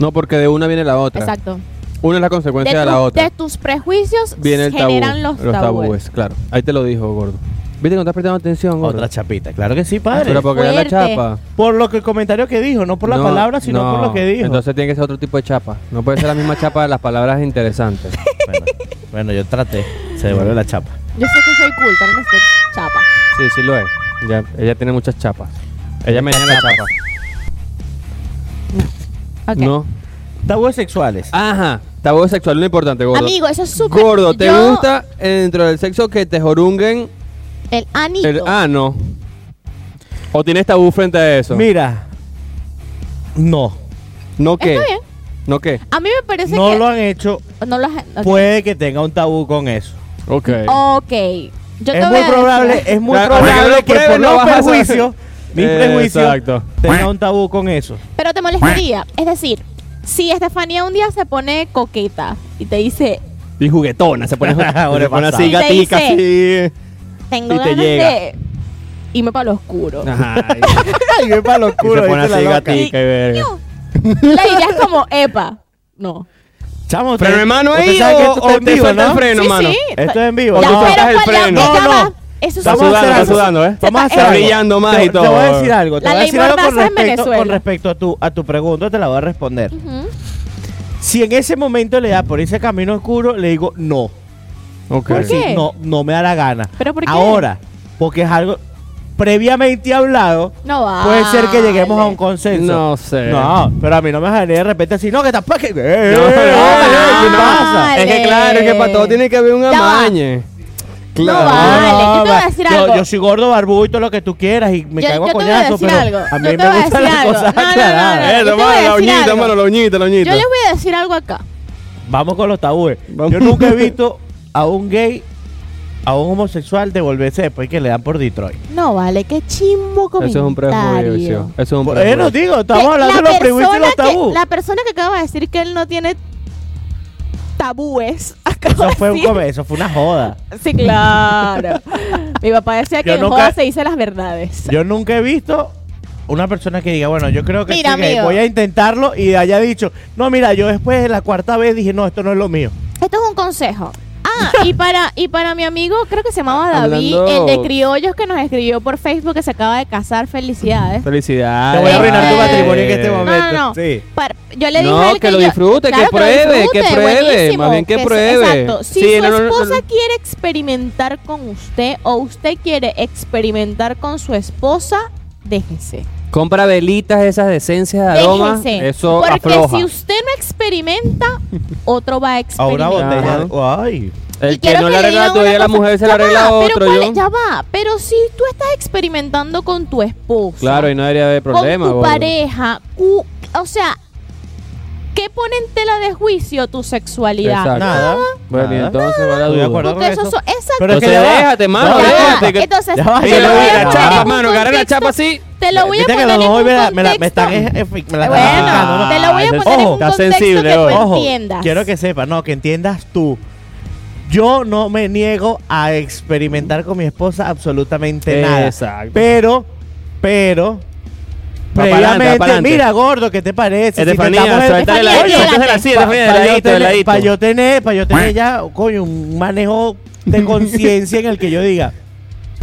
No, porque de una viene la otra.
Exacto.
Una es la consecuencia de,
de,
la
tu-
otra.
de tus prejuicios
Viene el tabú.
generan los, tabúes.
claro. Ahí te lo dijo, gordo. ¿Viste que no estás prestando atención, gordo?
Otra chapita, claro que sí,
Pero
padre.
porque era la
Fuerte.
chapa.
Por lo que el comentario que dijo, no por la
No,
palabra, sino
no.
por lo que dijo.
Entonces tiene que ser otro tipo de chapa. No puede ser la misma chapa de las palabras interesantes.
Bueno, bueno, yo traté. Se devuelve la chapa.
Yo sé que soy culta, no necesito chapa.
Sí, sí lo es. Ya- ella tiene muchas chapas. Ella me llena la chapa.
Ok.
No.
Tabúes sexuales.
Ajá. Tabú sexual, no importante, gordo.
Amigo, eso es súper.
Gordo, ¿te
yo-
gusta dentro del sexo que te jorunguen
El anito.
el ah, ano? ¿O tienes tabú frente a eso?
Mira, no,
¿No qué?
Está bien.
¿No qué?
A mí me parece
no
que.
lo han hecho.
No lo has- ok.
Puede que tenga un tabú con eso.
Ok.
Ok. Yo te
es
voy
muy
a
probable,
decir-
es muy
Claro,
probable
porque
que
no lo
por
pruebe, no
los
vas a saber.
prejuicios, mis
Eh,
prejuicios,
exacto.
tenga un tabú con eso.
Pero te molestaría. Es decir, si Estefanía un día se pone coqueta y te dice,
Y juguetona, se pone, se pone así,
Y te
gatica,
dice-
así.
tengo
Y te
ganas
llega.
de irme para lo oscuro.
Ah,
Ajá.
Ay, es para
Y se pone así,
Y-
gatica y verga.
La idea es como, epa. No.
Chamo,
Freno
ustedes-
de mano ahí
ustedes saben que
o,
esto está
o
en
te
vivo,
suelta
¿no?
el freno,
sí,
mano.
sí.
Esto es en vivo.
O
Ya,
tú
pero
sueltas el
cuál- ya-
freno.
ya
No,
va.
no.
Eso es
Está
un-
sudando, está
algo.
sudando, ¿eh?
Vamos
Está
a hacer algo.
brillando más
Te-
y
Te
todo.
voy a decir algo. Te
La
voy a
ley
decir algo con
Mordaza en
respecto,
Venezuela.
con respecto a, tu, a tu pregunta, te la voy a responder.
Ujú.
Si en ese momento le da por ese camino oscuro, le digo no.
Ok.
¿Por
Sí,
qué?
no, no me da la gana.
¿Pero por qué?
Ahora, porque es algo previamente hablado.
No va.
Puede ser que lleguemos a un consenso.
No sé.
No, pero a mí no me jaleé de repente así, no, que tampoco. que-
No,
Eh,
no,
¿Qué
no,
pasa?
Es que claro, es que para todo tiene que haber un
Ya va.
amañe.
No vale, yo te voy a decir
yo,
algo.
yo soy gordo, barbudo y todo lo que tú quieras y me
Yo-
caigo
yo
a
te voy a
coñazo,
decir
pero
algo.
a mí
Yo te
me
voy a
gustan
decir
las
algo.
cosas
No, no, no,
aclaradas.
no, no.
Eso,
Yo te voy a
mano, Eh, la
decir
uñita,
algo.
mano, la uñita, la
Yo
uñita.
les voy a decir algo acá.
Vamos con los tabúes.
Vamos.
Yo nunca he visto a un gay, a un homosexual devolverse después que le dan por Detroit.
No vale, qué chimbo comentario.
Eso es un prejuicio. Eso es un
Bueno,
prejuicio.
digo, estamos
Que
hablando de los prejuicios
persona
y los tabú.
Que, la persona que acaba de decir que él no tiene tabúes. Acaba
Eso fue, un
de decir-
come- eso fue una joda.
Sí, claro. Mi papá decía que
Yo
en
nunca-
joda se dice las verdades.
Yo nunca he visto una persona que diga, bueno, yo creo que,
Mira,
sí, que
amigo.
voy a intentarlo y haya dicho, no, mira, yo después de la cuarta vez dije, no, esto no es lo mío.
Esto es un consejo. Ah, y para, y para mi amigo, creo que se llamaba David,
Hablando-
el de criollos que nos escribió por Facebook que se acaba de casar, felicidades.
Felicidades.
Te voy a arruinar tu
Eh.
matrimonio en este
no,
momento.
no, no.
Sí.
Par- yo le dije
No,
a él
que lo
yo-
disfrute, que
lo
pruebe, que
disfrute,
pruebe,
buenísimo,
más bien que
se-
pruebe.
Exacto. Si
Sí,
su
no, no, no,
esposa
no.
quiere experimentar con usted o usted quiere experimentar con su esposa, déjese.
Compra velitas esas de esencias de aroma.
déjese.
Eso
Porque
afloja.
si usted no experimenta, otro va a
A una
experimentar.
botella. de- Ay.
Y
El que
quiero
no le
le
arregla
digan
tu día
una
a la
cosa.
mujer se
Ya
la arregla
va,
a otro.
pero cuál
yo.
es- Ya va, pero si tú estás experimentando con tu esposo.
Claro, y no debería haber problema.
con tu
gordo.
pareja, cu- o sea, ¿qué pone en tela de juicio tu sexualidad?
Exacto.
Nada.
Bueno, y
Ah.
Nada.
entonces va la
Estoy de
duda.
acuerdo
Porque
con
eso,
eso.
son- exacto.
Pero es que
Entonces
ya va.
déjate, mano,
Ya va.
déjate, que-
Entonces,
Ya va,
te
ya
lo
va,
voy
ya
a
va.
poner en
Mano,
un
agarra la
contexto-
chapa así.
Te lo voy a
Viste
poner
que los
en
dos
un
hoy me, la- me, la-
contexto.
me están. eh, eh, me la están
Bueno,
atacando, ¿no?
te lo voy a poner en un
Ojo,
está
contexto
sensible,
que tú
ojo.
Ojo,
entiendas.
quiero que sepa, no, que entiendas tú. Yo no me niego a experimentar con mi esposa absolutamente nada.
Exacto.
Pero, pero.
Va pa'lante, va
previamente,
pa'lante.
mira, gordo, ¿qué te parece?
Estefanía, suéltale la-
Estefanía,
suéltale la-
espérate.
sí, Estefanía, de ladito, de ladito.
Para yo tener, para yo tener ya, coño, un manejo de conciencia en el que yo diga,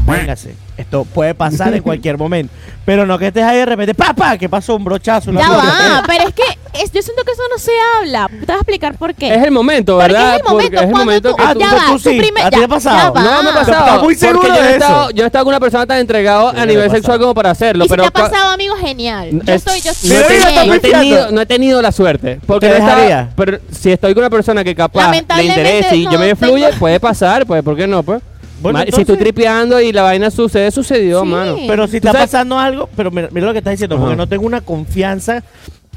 véngase, esto puede pasar en cualquier momento. Pero no que estés ahí de repente, papá, ¿qué pasó? Un brochazo. una
Ya
cosa.
va, pero es que es- yo siento que eso no se habla. Te voy a explicar por qué.
Es el momento,
Porque
¿verdad?
es el momento,
Porque es el
cuando
momento
tú-
que
ah,
tú-
ya va,
tú
tú
sí,
primer-
¿a ti te
ya-
ha pasado?
ya
No
va.
me ha pasado.
Está muy seguro
porque yo no
de
he estado-
eso.
yo no he estado con una persona tan entregada
Sí,
a
me
nivel
pasa.
sexual como para hacerlo.
y si
pero
te ha
ca-
pasado, amigo, genial. Yo
es-
estoy, yo estoy
no,
Mira,
he
mira,
tenido,
está
no he
bien.
perfecto.
tenido- no he tenido la suerte. Porque
¿Te
no estaba-
dejaría?
pero si estoy con una persona que capaz le
Lamentablemente,
interese y yo
no
me fluye,
tengo-
puede pasar, pues, ¿por qué no? Pues?
Bueno,
Ma- Si
entonces-
estoy tripeando y la vaina sucede, sucedió,
Sí.
mano.
Pero si
¿Tú
está
sabes?
pasando algo, pero mira, mira lo que estás diciendo, porque
Ajá.
no tengo una confianza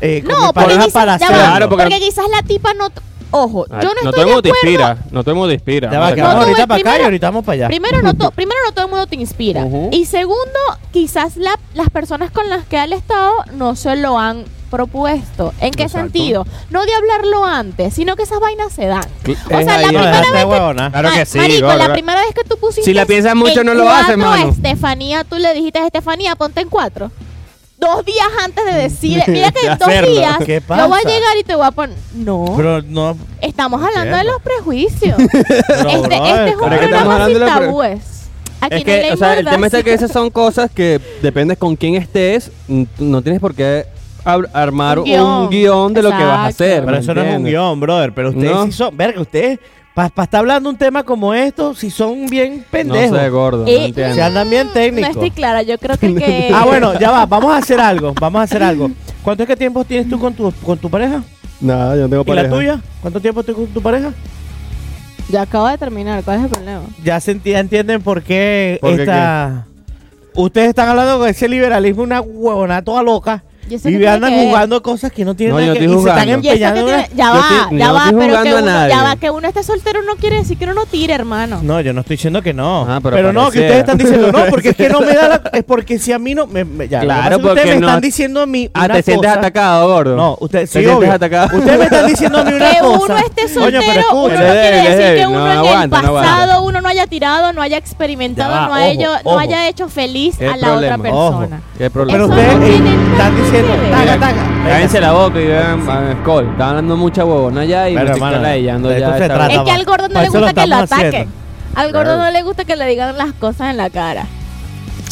eh, con mi
No, porque
pareja
quizás,
para
ya
hacerlo.
va,
Claro, porque-
porque... quizás la tipa no... Ojo,
Ay,
yo no, estoy
no todo el
de
mundo
acuerdo.
te inspira. No todo el mundo te inspira.
Ya va, que
No,
vamos
tú
ahorita
ves
para acá y
primero-
ahorita vamos para allá.
Primero no, to- primero no todo el mundo te inspira.
Ujú.
Y segundo, quizás la- las personas con las que ha estado no se lo han propuesto. ¿En qué
Exacto.
sentido? No de hablarlo antes, sino que esas vainas se dan.
Cl-
O sea,
es
la
ahí.
No,
primera
dejaste
vez que-
huevona.
Claro que
Ma-
sí,
Ah, Marico,
gordo.
la primera vez que tú pusiste.
Si la piensas mucho,
en
no lo haces,
cuatro a
mano.
Estefanía, tú le dijiste a Estefanía, ponte en cuatro. Dos días antes de decir. Mira que
De
en dos
hacerlo.
días.
¿Qué
Yo voy
pasa?
a llegar y te voy a poner. No.
Pero no.
estamos hablando de
Entiendo.
los prejuicios. este, este
brother,
es un
pero es que estamos
programa
hablando
sin
de los pre-
tabúes. Aquí
Es
no hay
que,
ley Eh,
o sea, el
gorda,
tema es
así
que esas son cosas que dependes con quién estés, n- tú no tienes por qué ab- armar
Un
un
guión.
guión, de lo que vas a
Exacto.
hacer.
Pero
¿me
eso no es un
entiendes?
guión, brother. Pero ustedes
No.
sí son. Verga, ustedes. Para estar hablando un tema como esto, si son bien pendejos.
No sé, gordo.
Eh,
no entiendo.
Se andan bien
No
técnicos.
estoy clara, yo creo que. que-
ah, bueno, ya va. Vamos a hacer algo. Vamos a hacer algo. ¿Cuánto es que tiempo tienes tú con tu, con tu pareja?
Nada, yo no tengo
¿Y la tuya? ¿Cuánto tiempo tú con tu pareja?
Ya acabo de terminar, ¿cuál es el problema?
Ya se enti- ya entienden por qué
¿Por qué
esta... Ustedes están hablando con ese liberalismo, una huevona toda loca.
¿Y eso qué
Y
tiene
andan
que ver?
jugando cosas que no tienen
No, yo
nada que
estoy
Y se están
jugando.
Y eso
empeñando.
que
en una-
tiene- ya
yo
va,
estoy-
ya
yo no
va,
estoy
pero que
jugando a
uno, ya
nadie.
va, que uno esté soltero no quiere decir que uno no tire, hermano.
No, yo no estoy diciendo que no.
Ah,
pero
pero
no, que
pareciera.
ustedes están diciendo no, porque es que no me da la. Es porque si a mí no. Me, me- ya, lo que
Claro,
pasa es que Ustedes
porque
me
no-
están diciendo a mí.
Ah,
una
te sientes
cosa-
atacado, gordo.
No, ustedes.
Te
Sí,
sientes
obvio.
atacado.
Ustedes me están diciendo a mí una
que
cosa.
uno esté
Coño,
soltero,
pero
uno no
escucha.
Es
quiere
débil, es
decir que
débil,
uno
no
en el
aguanta, no
pasado
aguanta.
uno no haya tirado, no haya experimentado,
Ya va,
no, haya,
ojo,
no
ojo.
haya hecho feliz
¿Qué
a la otra
problema?
Ojo.
persona.
¿Qué problema?
Pero
Eso
ustedes
no tiene nada
están
que
diciendo.
ver.
Taca,
Mira,
taca. Venga.
Cállense la boca y vean a Skull. Están hablando mucha huevona ya y
Pero,
me estoy
hermano,
calayando
de
ya.
esto se
esta-
trata.
Es que al gordo no
Para
le
eso lo
gusta que lo
estamos
ataquen.
haciendo.
Al gordo
Claro.
no le gusta que le digan las cosas en la cara.
A mí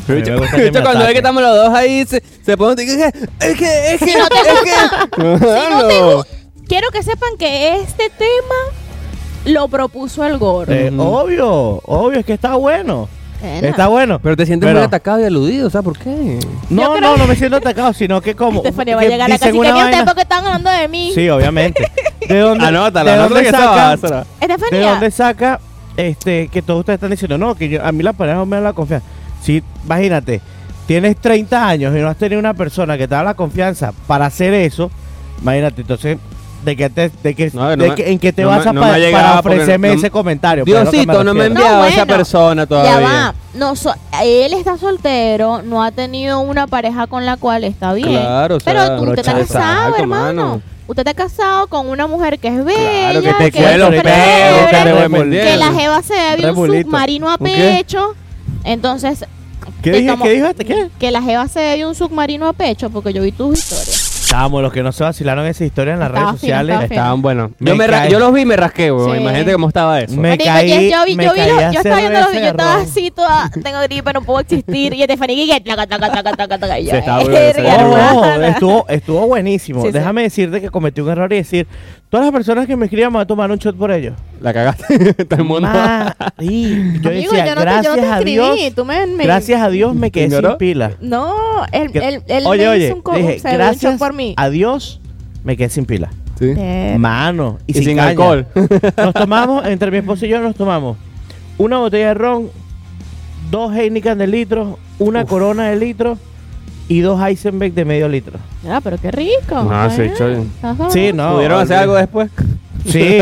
me gusta que me
De hecho, cuando ve
ataquen.
que estamos los dos ahí, se, se pone un tic- es que, es que, es que,
Si no te
es que.
Si no te gu- Quiero que sepan que este tema lo propuso el gordo.
Eh,
Ujú.
Obvio, obvio, es que está bueno.
Bueno.
Está bueno.
Pero te sientes
Pero-
muy atacado y aludido, ¿sabes por qué?
Yo
No,
creo-
no, no me siento atacado, sino que como.
Estefanía va a
que
llegar a casa
dicen
y que
una
"Mira, ustedes
vaina-
porque están hablando de mí.
Sí, obviamente. ¿De dónde,
Anótala,
de
anótala
dónde
que esa
saca-
va, esa va.
¿De
Estefanía,
dónde saca este, que todos ustedes están diciendo, no, que yo- a mí la pareja no me da la confianza. Sí, imagínate, tienes 30 años y no has tenido una persona que te da la confianza para hacer eso, imagínate, entonces, ¿de qué te, de qué-
No, no
de
me-
qué- ¿en qué te
no
vas
me-
a
no
pa-
me ha
para
llegado porque
ofrecerme
no-
ese comentario? Pero es lo que
Diosito, no me ha
refiero.
envía-
enviado a
No,
esa
bueno,
persona
Ya
todavía.
va. No, so- él está soltero, no ha tenido una pareja con la cual está bien.
Claro, o sea,
pero tú-
pero
usted está
exacto,
casado, hermano.
mano.
Usted está casado con una mujer que es bella,
Claro, que
cuela
te
es
cuelo,
chévere,
los pelos,
que te
que
voy a
la
mentir.
que la jeva se ve bien
Rebulito.
submarino a
¿Un qué?
pecho. Entonces,
¿Qué
te
dije?
tomó-
¿Qué dijo este? ¿Qué?
que la jeva se ve un submarino a pecho, porque yo vi tus historias.
Estamos, los que no se vacilaron esa historia en las
Estaba
redes
fino,
sociales.
estaba
Estaban buenos.
Me
Yo, me ra-
cae.
yo los vi y me rasqué, weón.
Sí.
Imagínate cómo estaba eso.
Me
Marico,
caí,
pues, yo, yo vi,
me
yo vi,
caí
los-
a
yo
hacer
estaba viendo los
ese
videos, yo estaba
error.
así toda, tengo gripe, no puedo existir. Y Estefanía, y que taca, taca, taca, taca, taca, y yo,
Sí, estaba bueno,
"Verga,
ese
Ojo,
error.
hermana".
ojo, estuvo, estuvo buenísimo.
Sí, sí.
Déjame decirte que cometí un error y decir, todas las personas que me escriban me voy a tomar un shot por ellos.
La cagaste. Todo el mundo.
Ma- sí,
Amigo,
yo decía,
yo no te- yo
gracias
no te
a
escribí,
Dios.
tú me- me-
Gracias a Dios me quedé
¿Ignoró?
sin pila.
No, él,
Que-
él, él
oye,
me
oye,
hizo un co-
dije,
se abrió un shock
gracias
por mí.
a Dios me quedé sin pila.
Sí.
Eh,
Mano, y,
Y sin
caña.
alcohol.
Nos tomamos, entre mi esposo y yo, nos tomamos una botella de ron, dos Heineken de litro, una
Uf.
Corona de litro y dos Heisenberg de medio litro.
ah, pero qué rico. pues.
Ah, sí,
Ay,
choy.
está sabroso.
Sí, no.
¿Pudieron hacer
olvídate.
algo después?
Sí,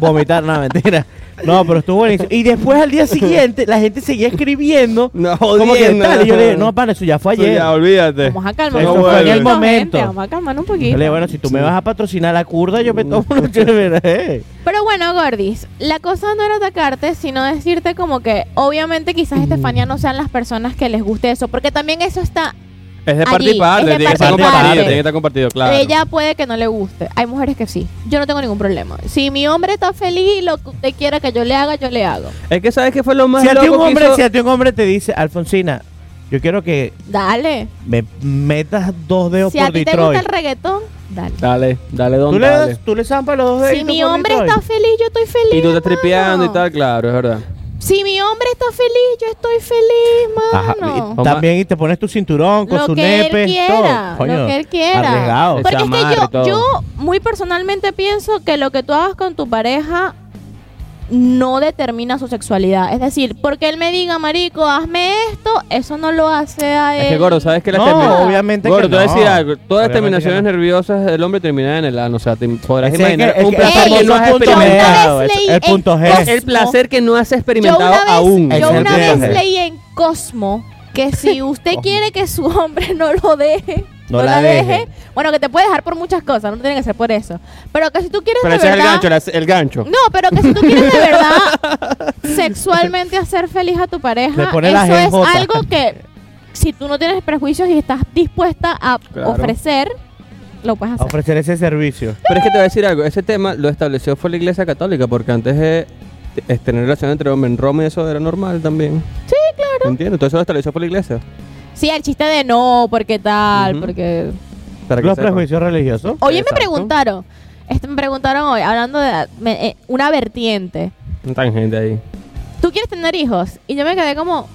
vomitar, no, mentira. No, pero estuvo buenísimo. Y después al día siguiente, la gente seguía escribiendo.
No,
como que
jodiendo.
tal. Y yo le dije, no, pana, eso ya fue
Eso
ayer.
Ya, olvídate.
Vamos a calmar
Eso
un
fue en el
poquito,
momento.
gente, Vamos a calmar un
Yo
poquito.
le dije, bueno, si tú me
Sí.
vas a patrocinar la curda, yo me tomo una chévere. eh.
Pero bueno, Gordis, la cosa no era atacarte, sino decirte como que obviamente quizás Estefania no sean las personas que les guste eso, porque también eso está...
Es de
Allí,
parte y parte.
es de
Tiene que estar
parte y
compartido.
parte.
Tiene que estar compartido, claro.
Ella puede que no le guste. Hay mujeres que sí. Yo no tengo ningún problema. Si mi hombre está feliz, lo que usted quiera que yo le haga, yo le hago.
Es que sabes que fue lo más
Si a, ti
loco
un
que
hombre,
hizo-
si a ti un hombre te dice, Alfonsina, yo quiero que
Dale.
me metas dos dedos
Si a
por
ti te gusta
Detroit.
el reggaetón, dale.
Dale, dale,
¿Tú
don,
le,
dale.
das, tú le zampas los dos dedos.
Si mi hombre está feliz, yo estoy feliz.
Y tú te
mano.
tripeando y tal, claro, es verdad.
Si mi hombre está feliz, yo estoy feliz, mano.
y-
También y te pones tu cinturón con
lo
su
que
nepe.
él quiera,
todo. Coño,
lo que él quiera.
Arriesgado.
Porque es
Chamarra y
que yo,
todo.
yo muy personalmente pienso que lo que tú hagas con tu pareja no determina su sexualidad. Es decir, porque él me diga, marico, hazme esto, eso no lo hace a él.
Es que Gordo, ¿sabes que las
No,
terminaciones?
obviamente
Gordo,
que
te voy a
no.
decir algo. Todas las
Obviamente
terminaciones
que no.
nerviosas del hombre terminan en el ano. O sea, te podrás
Ese es
imaginar
que- es
un
que-
placer
Ey,
que no
yo
has
una vez
experimentado,
experimentado.
leí
el
en
punto G.
Cosmo-
El placer que no has experimentado
yo una vez,
aún.
Yo
Ese es el
una
punto
vez
G.
leí en Cosmo que si usted quiere que su hombre no lo deje,
No la deje.
bueno, que te puede dejar por muchas cosas, no tiene que ser por eso. Pero que si tú quieres
Pero
de
ese es el
verdad-
gancho, la- el gancho.
No, pero que si tú quieres de verdad sexualmente hacer feliz a tu pareja,
Le pone la
eso es
genjota.
algo que si tú no tienes prejuicios y estás dispuesta a
Claro.
ofrecer, lo puedes
A
hacer.
ofrecer ese servicio.
Pero es que te voy a decir algo, ese tema lo estableció fue la iglesia católica, porque antes de es tener relación entre hombres en Roma y eso era normal también. Sí, claro. Entiendo, todo eso lo estableció fue la iglesia.
Sí, el chiste de no, porque tal,
Ujú.
porque...
Para que
Los
sepa.
prejuicios religiosos.
Oye,
Exacto.
me preguntaron, este, me preguntaron hoy, hablando de me- eh, una vertiente,
Un tangente ahí.
¿tú quieres tener hijos? Y yo me quedé como...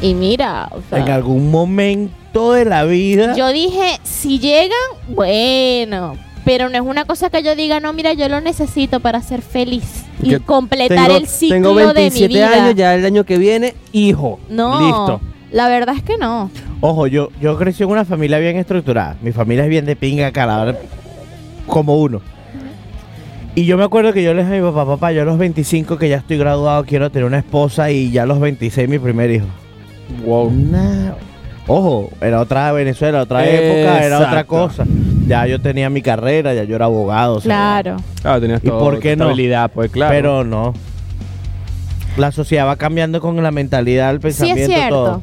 Y mira, o sea,
En algún momento de la vida.
Yo dije, si llegan, bueno. Pero no es una cosa que yo diga, no, mira, yo lo necesito para ser feliz y
Que
completar el ciclo
tengo
de
27
mi vida.
años, ya el año que viene, hijo.
No,
Listo.
la verdad es que no.
Ojo, yo, yo crecí en una familia bien estructurada. Mi familia es bien de pinga, cara. Como uno. Y yo me acuerdo que yo les dije a mi papá, papá, yo a los 25 que ya estoy graduado quiero tener una esposa y ya a los 26 mi primer hijo.
Wow.
Nah. Ojo, era otra Venezuela, otra época, era otra
Exacto.
cosa. Ya yo tenía mi carrera, ya yo era abogado. o sea,
Claro.
Claro, Ah, tenías
¿Y
todo-
por qué
tu
no?
Estabilidad, pues claro.
Pero no. La sociedad va cambiando con la mentalidad, el
Sí
pensamiento,
es cierto.
todo.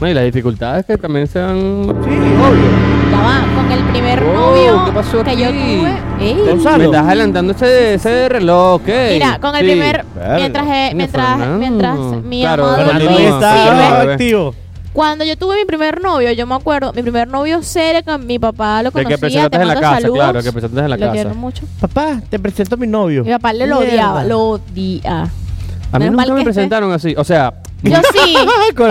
No, y las dificultades que también se han...
Sí, obvio.
Ya va, con el primer
Wow,
novio
Oh, ¿qué pasó
que yo
aquí?
tuve. Ey,
Gonzalo.
Me estás adelantando ese, ese reloj, ¿qué?
mira, con el
Sí.
primer,
Verga.
mientras, eh,
No,
mientras,
Fernando.
mientras mi
Claro,
amado
Fernando
Luis
Fernando
Luis
está
sirve,
Silva.
activo.
Cuando yo tuve mi primer novio, yo me acuerdo, mi primer novio serio, que mi papá lo
El que
conocía,
presentaste
te
en la
mando
casa,
saludos.
claro, el que presentaste en la
lo
casa.
quiero mucho.
Papá, te presento a mi novio.
Mi papá le lo
Mierda.
odiaba, lo odia.
A mí
Menos mal
nunca me
que esté-
presentaron así. O sea,
Yo sí.
o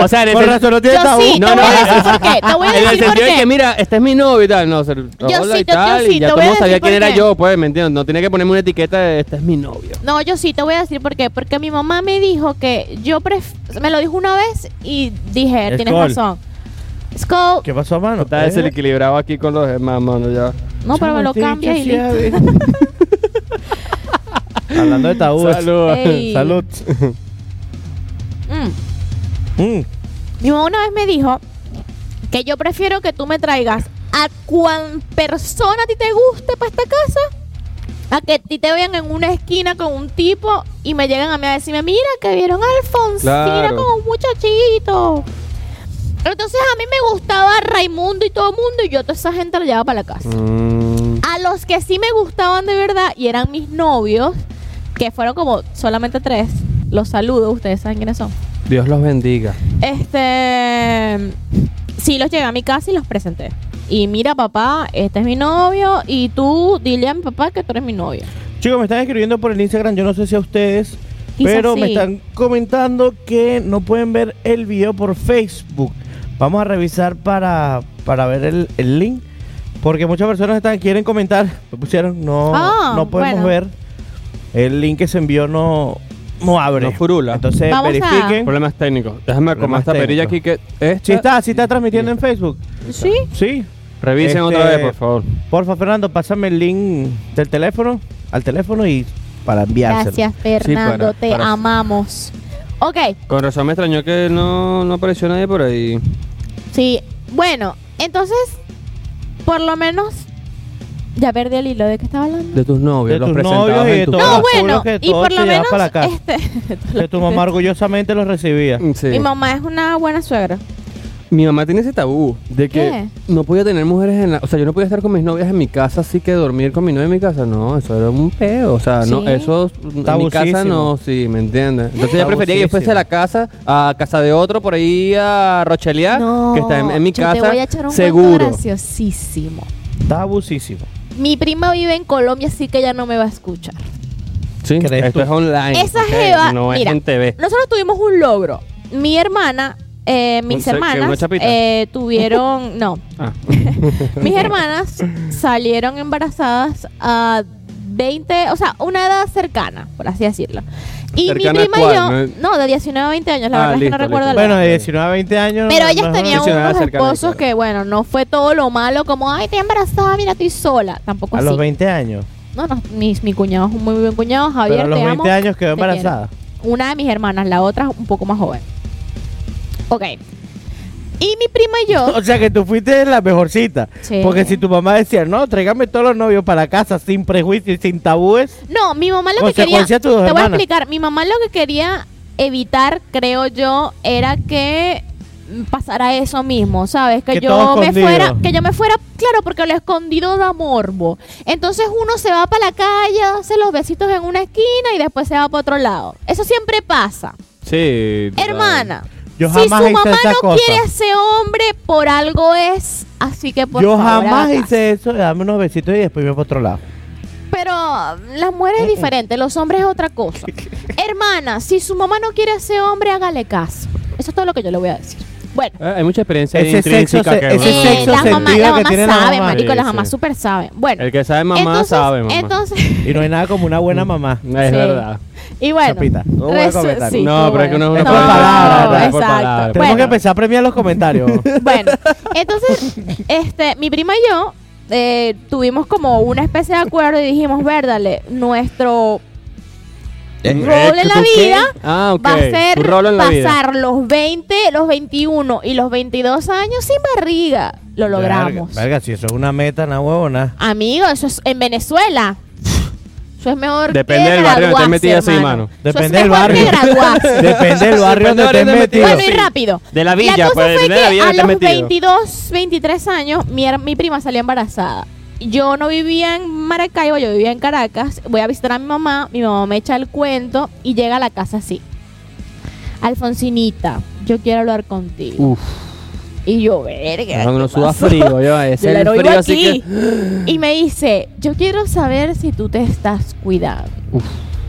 sea, en
Con
ese-
razón no
Yo sí,
No,
te
no,
voy a
no,
decir por qué. Te voy a
En el
decir por
sentido de
qué.
que, mira, este es mi novio y tal. No, se hola
sí, yo-
y
yo
tal.
sí, te voy
y ya todo el
a
mundo sabía
decir
quién
por
era
qué.
yo, pues, ¿me entiendes? No tenía que ponerme una etiqueta de este es mi novio.
No, yo sí, te voy a decir por qué. Porque mi mamá me dijo que yo pref me lo dijo una vez y dije, tienes
Skull.
razón. Skull,
¿Qué pasó, mano?
Está
Eh,
desequilibrado aquí con los demás, mano, ya.
no, pero me lo
chamo,
cambia y
estoy
listo.
hecho llave. Hablando de tabúes.
Saludos.
Ey.
Salud.
Mm.
Mm.
Mi mamá una vez me dijo que yo prefiero que tú me traigas a cuan persona a ti te guste para esta casa a que a ti te vean en una esquina con un tipo y me llegan a mí a decirme, mira que vieron a Alfonsina
Claro.
con un muchachito. Entonces a mí me gustaba Raimundo y todo el mundo y yo a toda esa gente la llevaba para la casa.
Mm,
A los que sí me gustaban de verdad y eran mis novios, que fueron como solamente tres, los saludo, ustedes saben quiénes son.
Dios los bendiga.
Este. Sí, los llevé a mi casa y los presenté. Y mira, papá, este es mi novio. Y tú, dile a mi papá que tú eres mi novia.
Chicos, me están escribiendo por el Instagram, yo no sé si a ustedes,
Quizás
pero me
sí.
están comentando que no pueden ver el video por Facebook. Vamos a revisar para, para ver el, el link, porque muchas personas están, quieren comentar, me pusieron, no,
Ah,
no podemos
bueno.
ver. El link que se envió no, no abre.
No furula.
Entonces
Vamos a-
verifiquen.
Problemas técnicos. Déjame acomodar
Problemas
esta perilla aquí que. Esta,
Si está, si está transmitiendo en Facebook.
¿Sí?
Sí.
Revisen otra
Este-
vez, por favor.
Porfa, Fernando, pásame el link del teléfono, al teléfono y para enviárselo.
Gracias, Fernando.
para-
te
para-
amamos. Ok,
Con razón me extrañó que no, no apareció nadie por ahí.
sí. Bueno, entonces, por lo menos. Ya perdí el hilo de qué estaba hablando.
De tus novios,
De
los
tus
presentados
novios y
en
de
tu
todo.
No,
casa.
Todos
bueno,
los que
y
todos
por lo
te llevas
menos.
para la casa.
Este,
Que tu mamá orgullosamente los recibía.
Mm, Sí.
Mi mamá es una buena suegra.
Mi mamá tiene ese tabú de que
¿Qué?
no podía tener mujeres en la... O sea, yo no podía estar con mis novias en mi casa, así que dormir con mi novia en mi casa, no, eso era un peo. O sea, no,
Sí.
eso en mi casa no, sí, ¿me entiendes? Entonces ella prefería que yo fuese a la casa, a casa de otro, por ahí a Rochelear,
No,
Ah, que está en, en mi
yo
casa,
Te voy a echar un cuento
seguro.
graciosísimo.
Está abusísimo.
Mi prima vive en Colombia, así que ella no me va a escuchar.
Sí,
¿Crees
esto
tú?
es online.
Esa
ok,
jeva,
No es
mira,
en TV.
nosotros tuvimos un logro. Mi hermana, eh,
Un
mis
se- que una
hermanas
chapita.
eh, tuvieron, no,
Ah.
mis hermanas salieron embarazadas a 20, o sea, una edad cercana, por así decirlo. Y
Cercana
mi prima
cuál,
y yo,
¿no?
no, de 19 a 20 años, la
Ah,
verdad es que
listo,
no recuerdo
listo.
la edad.
Bueno, de 19 a 20 años.
Pero ellas
no-
tenían
sí, nada
unos
cercana,
esposos
claro.
que, bueno, no fue todo lo malo como, ay, estoy embarazada, mira, estoy sola. Tampoco
A
así.
los 20 años.
No, no, mi, mi cuñado es un muy buen cuñado, Javier,
Pero a los
te
20
amo.
años quedó
te quiero.
embarazada.
Una de mis hermanas, la otra un poco más joven. Ok. Y mi prima y yo.
O sea que tú fuiste la mejorcita.
Sí.
Porque si tu mamá decía, no, tráigame todos los novios para casa sin prejuicio y sin tabúes.
No, mi mamá lo que quería.
Consecuencia de
Te
tus dos
voy a
hermanas.
explicar. Mi mamá lo que quería evitar, creo yo, era que pasara eso mismo, ¿sabes? Que,
Que
yo
todo
me
escondido.
fuera, que yo me fuera, claro, porque lo escondido da morbo. Entonces uno se va para la calle, hace los besitos en una esquina y después se va para otro lado. Eso siempre pasa.
Sí.
Hermana,
Yo
si su
jamás hice
mamá
esa
no
cosa.
quiere a ese hombre, por algo es. Así que por
Yo
favor,
jamás
hágase.
hice eso. Dame unos besitos y después me voy para otro lado.
Pero las mujeres es diferente, los hombres es otra cosa. Hermana, si su mamá no quiere a ese hombre, hágale caso. Eso es todo lo que yo le voy a decir. Bueno,
Ah, hay mucha experiencia
Ese sexo
intrínseca
se-
que
ese
uno-
sexo
las
sentido
mamás,
que
las mamás
tiene la
saben,
mamá.
marico,
Sí,
las
sí.
mamás súper saben. Bueno,
El que sabe mamá
entonces,
sabe mamá.
entonces,
Y no hay nada como una buena mamá.
No, es
Sí.
verdad.
y bueno,
Chapita, no voy a
resu-
comentar.
sí,
No, pero es que
bueno.
uno es
una
No,
palabra,
por palabra.
exacto.
Tenemos que
Bueno,
empezar a premiar los comentarios.
Bueno, entonces, este, mi prima y yo eh, tuvimos como una especie de acuerdo y dijimos, verdale, nuestro rol en la
¿Tú qué?
vida
Ah, ok.
va a ser
Tu rol en la vida.
pasar los 20, los 21 y los 22 años sin barriga. Lo logramos.
Verga, verga, si eso es una meta, una huevona.
Amigo, eso es en Venezuela. Eso es mejor
Depende
que
del barrio donde estés
graduarse,
metida así,
hermano.
mano.
Eso es
Depende del
mejor que
barrio.
graduarse.
Depende del barrio donde
Depende
estés
de donde
metido.
Bueno, y
sí.
rápido.
De la villa,
cosa fue
pues, de la
que
villa
a
donde
los
estés metido.
22, 23 años, mi, her- mi prima salió embarazada. Yo no vivía en Maracaibo, yo vivía en Caracas. Voy a visitar a mi mamá, mi mamá me echa el cuento y llega a la casa así. Alfonsinita, yo quiero hablar contigo.
Uf.
Y yo, verga.
Cuando
¿qué
uno suda
pasó?
frío, yo ese
Yo la
es el
oigo
frío, así
aquí.
que.
Y me dice, yo quiero saber si tú te estás cuidando.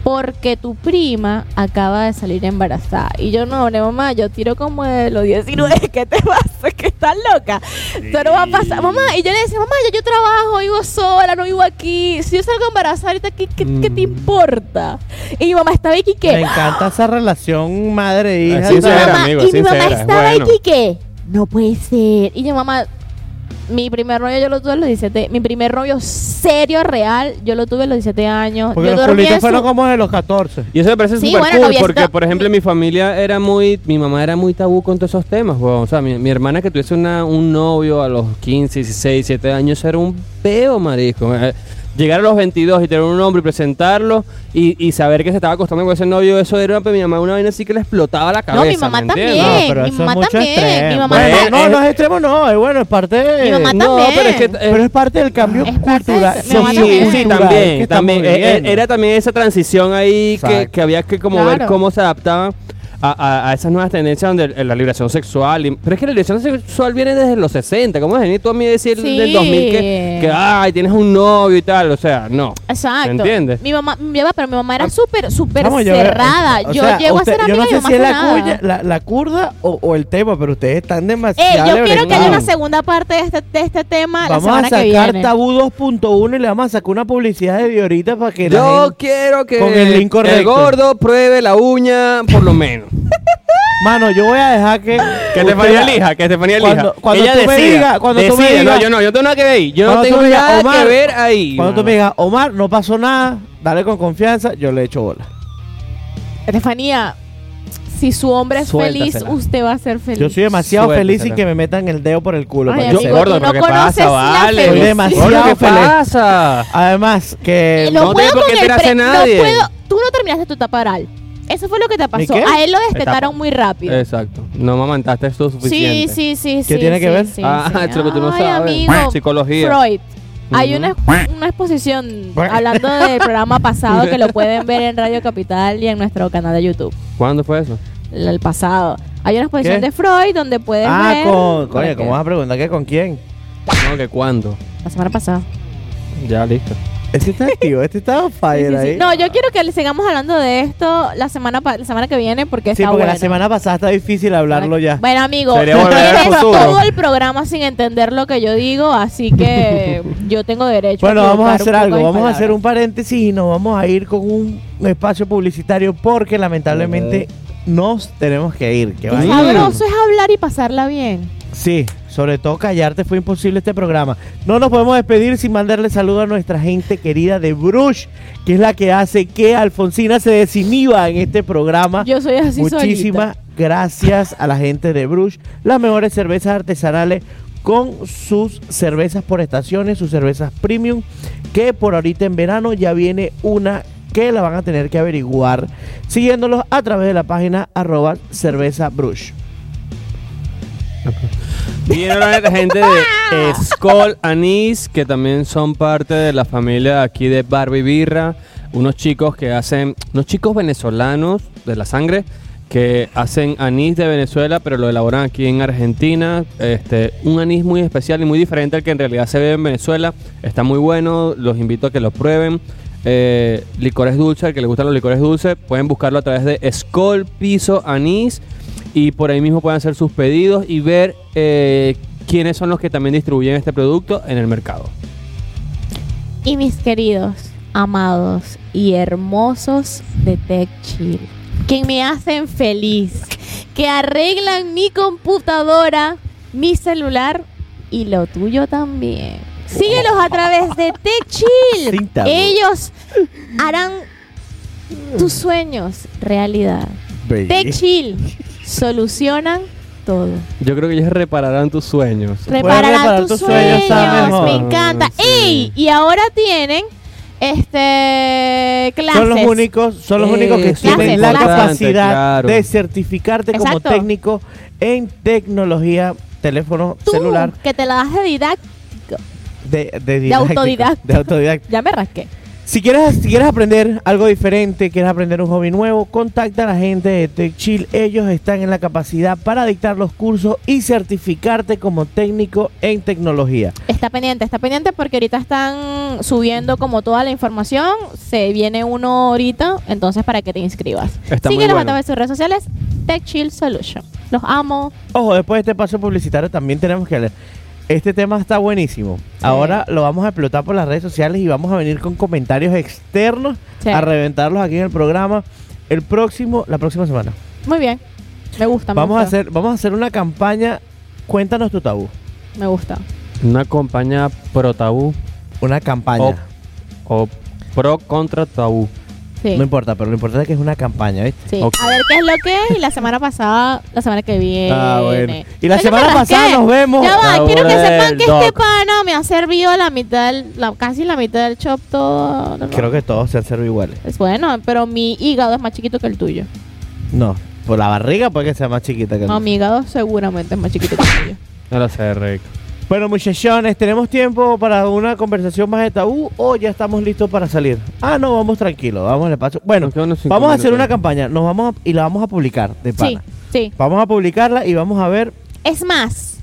porque tu prima acaba de salir embarazada. Y yo no, no, mamá, yo tiro como de los 19, ¿qué te pasa? Que estás loca. Eso no va a pasar, mamá. Y yo le decía, mamá, yo, yo trabajo, vivo sola, no vivo aquí. Si yo salgo embarazada ahorita, ¿qué, qué, qué te importa? Y mi mamá estaba aquí que...
Me encanta esa relación madre-hija.
Así
Y mi
se era,
mamá,
amigo,
y mi
así se
mamá
era, es
estaba
bueno.
aquí que no puede ser. Y mi mamá, mi primer novio yo lo tuve a los 17, mi primer novio serio, real, yo lo tuve a los 17 años.
Porque
yo
los
dormía
culitos
en
fueron
su-
como de los 14.
Y eso me parece
Sí,
súper
bueno,
cool,
noviazgo.
porque, por ejemplo, mi familia era muy... Mi mamá era muy tabú con todos esos temas, weón. O sea, mi, mi hermana que tuviese una, un novio a los 15, 16, 7 años era un peo, marisco. Eh, Llegar a los 22 y tener un hombre y presentarlo y, y saber que se estaba acostando con ese novio, eso era para mi mamá una vaina así que le explotaba la cabeza,
No, mi mamá
¿me
también.
entiendes?
pero
mi
eso
mamá
es mucho
también.
extremo.
Mi mamá
Bueno,
también.
no, no es extremo, no. Es bueno, es parte de.
Mi mamá
no,
también.
pero es que... eh,
pero es parte del cambio
Es parte de
cultural.
eso. Mi mamá
sí,
también.
sí,
cultural que
también,
estamos
también. Eh, eh,
viviendo.
Era también esa transición ahí que,
Exacto.
que había que como ver
Claro.
cómo se adaptaban a, a- a esas nuevas tendencias donde el- la liberación sexual. y- pero es que la liberación sexual viene desde los 60. ¿Cómo es venir tú a mí a decir
Sí.
del 2000 que, que, ay, tienes un novio y tal? O sea, no.
Exacto.
¿Me entiendes?
Mi mamá, mi mamá, pero mi mamá era
Ah,
súper, súper
Vamos, yo- eh,
cerrada.
o
Yo
sea,
llego
usted-
a ser amiga
Yo no
de mi
sé
mamá
si es la,
cerrada.
cuña- la, la curda o, o el tema, pero ustedes están demasiado.
Ey, yo quiero que haya una
alegres.
segunda parte de este, de este tema
Vamos
la
a
semana que
sacar
viene.
Tabú 2.1 y le vamos a sacar una publicidad de Diorita para que la
Yo
gente-
quiero que
Con el link correcto.
gordo pruebe la uña, por lo menos.
Mano, yo voy a dejar que.
que
usted-
Estefanía elija, que Estefanía elija.
Cuando- cuando
Ella
tú me
decida,
digas- cuando tú me
decida.
digas-
No, yo no, yo tengo nada que ver ahí. Yo no
Cuando tú
tengo
me digas,
nada que
Omar,
ver ahí.
Cuando tú
mano.
me digas, Omar, no pasó nada, dale con confianza, yo le echo bola.
Estefanía, si su hombre es feliz,
Suéltasela.
usted va a ser feliz.
Yo soy demasiado
Suéltasela.
feliz sin que me metan el dedo por el culo.
Ay,
para que
amigo,
sepa.
tú
Gordo,
no
pero ¿qué
conoces
pasa,
la
vale?
felicidad.
Soy demasiado
Gordo, ¿qué
feliz.
pasa?
Además, que.
Eh, lo
No
puedo
tiene por qué
con el
enterarse
pre-
nadie.
No puedo, tú no terminaste tu etapa oral. Eso fue lo que te pasó.
qué?
A él lo destetaron
Etapa.
muy rápido.
Exacto. No mamantaste esto
Sí,
suficiente.
sí, sí.
¿Qué
sí,
tiene que
sí,
ver?
sí,
Ah,
sí.
es lo que tú no
Ay,
sabes.
amigo,
Psicología.
Freud. Hay
Ujú.
una, una exposición hablando del programa pasado que lo pueden ver en Radio Capital y en nuestro canal de YouTube.
¿Cuándo fue eso?
El el pasado. Hay una exposición
¿Qué?
de Freud donde puedes
Ah,
ver. ¿Para
con. Coño,
qué?
¿cómo vas a preguntar que con quién?
No, que cuándo.
La semana pasada.
Ya, listo.
Este está activo, este está on
Sí,
fire
sí, sí.
ahí.
No, yo quiero que le sigamos hablando de esto la semana pa- la semana que viene porque
Sí,
está
porque
bueno.
la semana pasada está difícil hablarlo ya.
Bueno, amigo,
Sería volver al
tienes
futuro.
todo el programa sin entender lo que yo digo, así que yo tengo derecho.
Bueno, vamos a
equivocar
hacer
un poco
algo,
mis
vamos a hacer un
palabras.
paréntesis y nos vamos a ir con un espacio publicitario porque lamentablemente nos tenemos que ir. Que
Qué
vaya.
sabroso es hablar y pasarla bien.
Sí, sobre todo callarte fue imposible este programa. No nos podemos despedir sin mandarle saludo a nuestra gente querida de Brush, que es la que hace que Alfonsina se desinhiba en este programa.
Yo soy así
Muchísimas gracias a la gente de Brush, las mejores cervezas artesanales con sus cervezas por estaciones, sus cervezas premium, que por ahorita en verano ya viene una que la van a tener que averiguar siguiéndolos a través de la página arroba cerveza Brush.
Viene la gente de Skull Anís, que también son parte de la familia aquí de Barbie Birra. Unos chicos que hacen, unos chicos venezolanos de la sangre que hacen anís de Venezuela, pero lo elaboran aquí en Argentina. Este, un anís muy especial y muy diferente al que en realidad se ve en Venezuela. Está muy bueno, los invito a que lo prueben. Eh, licores dulces, al que le gustan los licores dulces, pueden buscarlo a través de Skull Piso Anís y por ahí mismo pueden hacer sus pedidos y ver eh, quiénes son los que también distribuyen este producto en el mercado.
Y mis queridos, amados y hermosos de Tech Chill, que me hacen feliz, que arreglan mi computadora, mi celular y lo tuyo también. Síguelos a través de Tech
Sin
Chill.
tabú.
Ellos harán tus sueños realidad. Tech Chill solucionan todo.
Yo creo que ellos repararán tus sueños.
reparar
Repararán tus,
tus
sueños,
sueños, está mejor.
me encanta.
Sí.
¡Ey! Y ahora tienen este clases.
Son los únicos, son los
Eh,
únicos que
clases,
tienen la
clases.
capacidad
Claro.
de certificarte como
Exacto.
técnico en tecnología, teléfono,
Tú,
celular,
que te la das de didáctico.
de, de
autodidacta.
De autodidacta.
Ya me rasqué.
Si quieres, si quieres aprender algo diferente, quieres aprender un hobby nuevo, contacta a la gente de TechChill. Ellos están en la capacidad para dictar los cursos y certificarte como técnico en tecnología.
Está pendiente, está pendiente porque ahorita están subiendo como toda la información. Se viene uno ahorita, entonces para que te inscribas.
Está muy
Síguenos a
bueno.
través de sus redes sociales, Tech Chill Solution. Los amo.
Ojo, después de este paso publicitario también tenemos que hablar. Este tema está buenísimo. Ahora lo vamos a explotar por las redes sociales y vamos a venir con comentarios externos
Sí.
a reventarlos aquí en el programa el próximo, la próxima semana.
Muy bien. Me gusta. me
Vamos a
gusta,
hacer, vamos a hacer una campaña. Cuéntanos tu tabú.
Me gusta.
Una compañía pro tabú
Una campaña.
Op- o pro contra tabú.
Sí.
No importa, pero lo importante es que es una campaña, ¿viste?
Sí.
Ok.
A ver qué es lo que es y la semana pasada, la semana que viene.
Ah, bueno. Y la semana
¿Sabes qué?
pasada nos vemos.
Ya va,
Ah,
quiero que
bueno,
sepan que este
Doc.
pana me ha servido la mitad, del- la, casi la mitad del chop todo. No, no.
Creo que todos se han servido iguales.
Es bueno, pero mi hígado es más chiquito que el tuyo.
No, por la barriga porque sea más chiquita que
No, mi hígado seguramente es más chiquito que el tuyo.
No lo sé, Rick.
Bueno, muchachones, ¿tenemos tiempo para una conversación más de tabú o ya estamos listos para salir? Ah, no, vamos tranquilo, vamos al paso. Bueno,
Nos quedan unos cinco
vamos a hacer
minutos.
una campaña, nos vamos a- y la vamos a publicar de
Sí,
pana.
sí.
Vamos a publicarla y vamos a ver.
Es más,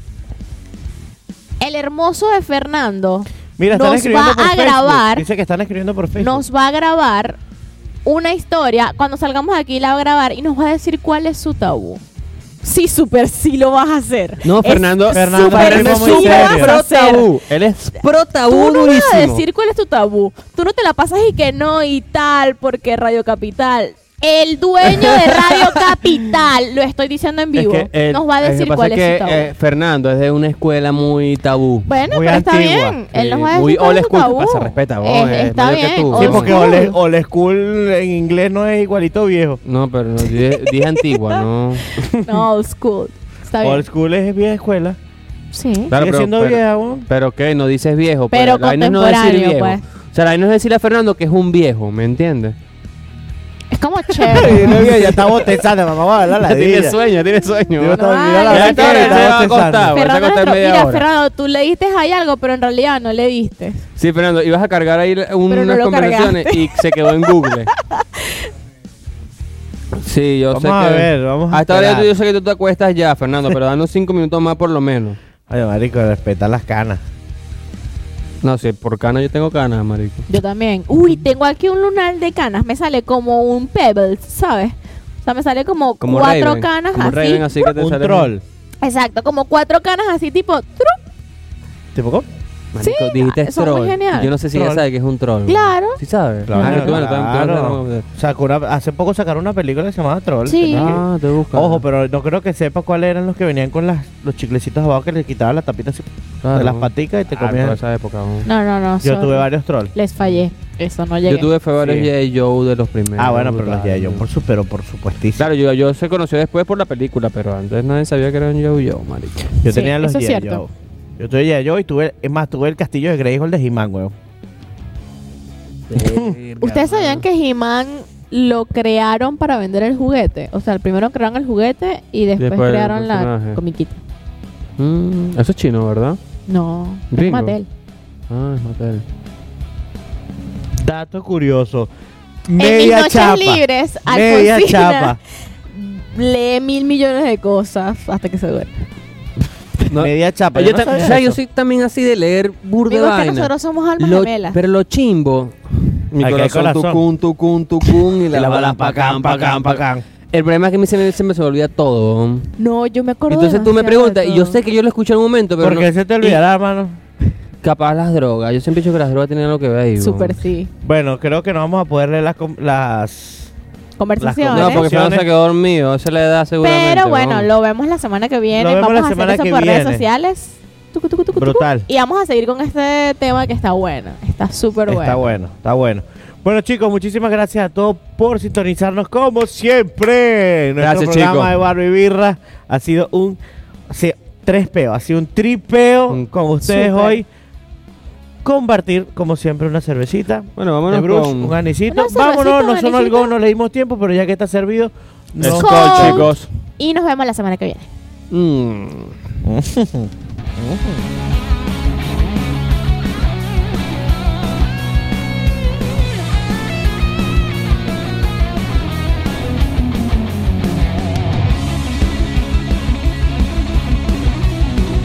el hermoso de Fernando
Mira, están
Nos
escribiendo
va
por
a
Facebook.
grabar.
Dice que están escribiendo por Facebook.
nos va a grabar una historia. Cuando salgamos de aquí la va a grabar y nos va a decir cuál es su tabú. Sí, súper, sí lo vas a hacer.
No,
Es
Fernando-
Fernando
súper,
Fernando es
sí
muy
lo
serio.
vas a hacer.
Él es
Pro tabú
Tú no vas a
durísimo.
decir cuál es tu tabú. Tú no te la pasas y que no y tal porque Radio Capital. El dueño de Radio Capital, lo estoy diciendo en vivo,
Es que, eh,
nos va a
lo que
decir
pasa
cuál es,
que,
su tabú.
eh, Fernando es de una escuela muy tabú.
bueno,
muy
pero está
antigua,
bien. Él nos va a decir
sí, muy
cuál
old
es su
school,
tabú.
pasa, respeta, vos,
Eh,
es
está
mayor que
bien.
tú.
Sí,
old
porque
school.
old, old school en inglés no es igualito viejo.
No, pero yo dije, dije antigua, ¿no?
No, old school. Está bien.
Old school es vieja escuela.
Sí.
Claro,
Sigue
pero-
siendo
pero-
vieja, weón.
Pero qué, no dices viejo. pues,
Pero
la vaina es no decir
contemporáneo,
viejo.
pues.
O sea, la vaina es decirle a Fernando que es un viejo, ¿me entiendes?
Es como
Sí,
chévere.
no, ya está botezada, mamá, va a hablar la
tiene
ladilla.
sueño, tiene sueño.
Yo estaba
Ay,
mirando la
ya
ventana
quiere,
y estaba
se
va a
bostezando.
acostar.
Fernando
Ahorita
nuestro-
conté media
mira,
hora.
Fernando, tú le diste ahí algo, pero en realidad no le diste.
Sí, Fernando, ibas a cargar ahí la- unas
lo
conversaciones y se quedó en Google. Sí, yo
Vamos
sé que...
a ver, vamos a
Hasta ahora
esperar.
tú- yo sé que tú te acuestas ya, Fernando, pero danos cinco minutos más por lo menos.
Ay, marico, respeta las canas.
No, sí, por cana yo tengo canas, marico.
Yo también. Uy, tengo aquí un lunar de canas. Me sale como un pebble, ¿sabes? O sea, me sale como,
Como
cuatro
Raven,
canas
como
así.
Raven, así que te
Un
sale-
troll.
Exacto, como cuatro canas así tipo... trup.
¿Tipo cómo?
Marico,
Sí,
dijiste
son muy
troll.
genial.
Yo no sé si
Troll.
ya sabe que es un troll.
Claro.
Mm. ¿Sí sabes?
Claro,
Ah, tú, bueno, también-
claro.
también-
Sacó una- hace poco sacaron una película que se llamaba Troll.
Sí.
que no-
Ah, te busco.
Ojo, pero no creo que sepa cuáles eran los que venían con las, los chiclecitos abajo que le quitaban la tapita así
Claro.
de las paticas y te
Ah,
comían.
toda esa época, ¿no?
No, no, no.
Yo
sorry.
tuve varios trolls.
Les fallé. Eso no llegué.
Yo tuve favores
Sí.
G.I. Joe de los primeros.
Ah, bueno, pero
brutal.
las de yo, por su, pero por supuestísimo.
Claro, yo, yo se conoció después por la película, pero antes nadie sabía que era un Joe Joe, marico.
Yo
Sí,
tenía los
eso es
G.I.
cierto.
Joe. Yo tuve G.I. Joe y tuve, es más, tuve el castillo de Greyhall de He-Man, weón.
¿Ustedes sabían que He-Man lo crearon para vender el juguete? O sea, primero crearon el juguete y después,
Después el
crearon la
personaje.
comiquita.
Mm, eso es chino, ¿verdad?
No, no es
Gringo.
Mattel.
Ah, es Mattel.
Dato curioso.
en mis
Media
noches
chapa.
libres,
Media
Alfonsina
chapa.
lee mil millones de cosas hasta que se duerme.
No,
Media chapa.
yo,
no
ta-
sabía
o sea, yo
eso.
soy también así de leer burda de
Digo que
vaina.
nosotros somos almas
Lo-
gemelas.
pero lo chimbo. Mi
Aquí hay
corazón,
corazón.
tucún, tucún, tucún. Y la, bala pacán, pacán, pacán. El problema es que a mí se me, se me olvida todo.
no, yo me acuerdo
Entonces tú me
demasiado
preguntas,
de
y yo
todo.
sé que yo lo escuché en un momento, pero
Porque
no-
se te olvidará, hermano.
y capaz las drogas. Yo siempre he dicho que las drogas tienen algo que ver ahí.
Súper
weón.
sí.
Bueno, creo que no vamos a poder leer las... com- las...
Conversaciones.
No, porque
Conversaciones.
Fernando se quedó dormido. Esa es la edad seguramente.
¿eh? pero bueno,
weón.
lo vemos la semana que viene.
Lo vemos
vamos
la
a hacer
semana
eso
que
por redes
viene.
sociales. Tucu, tucu, tucu, tucu.
Brutal.
Y vamos a seguir con este tema que está bueno. Está súper bueno.
Está bueno, está bueno. Bueno, chicos, muchísimas gracias a todos por sintonizarnos como siempre. Nuestro
Gracias,
programa
chicos.
de Barbie Birra ha sido un... ha sido tres peos, ha sido un tripeo
Un-
con ustedes
Súper.
hoy. Compartir, como siempre, una cervecita.
Bueno,
de
vámonos
Bruce,
con...
un anisito.
Una cervecita,
Vámonos,
un
no sonó el
anisito.
gol, no le dimos tiempo, pero ya que está servido... nos-
Esco-
Skol,
Skol.
chicos.
Y nos vemos la semana que viene.
Mm.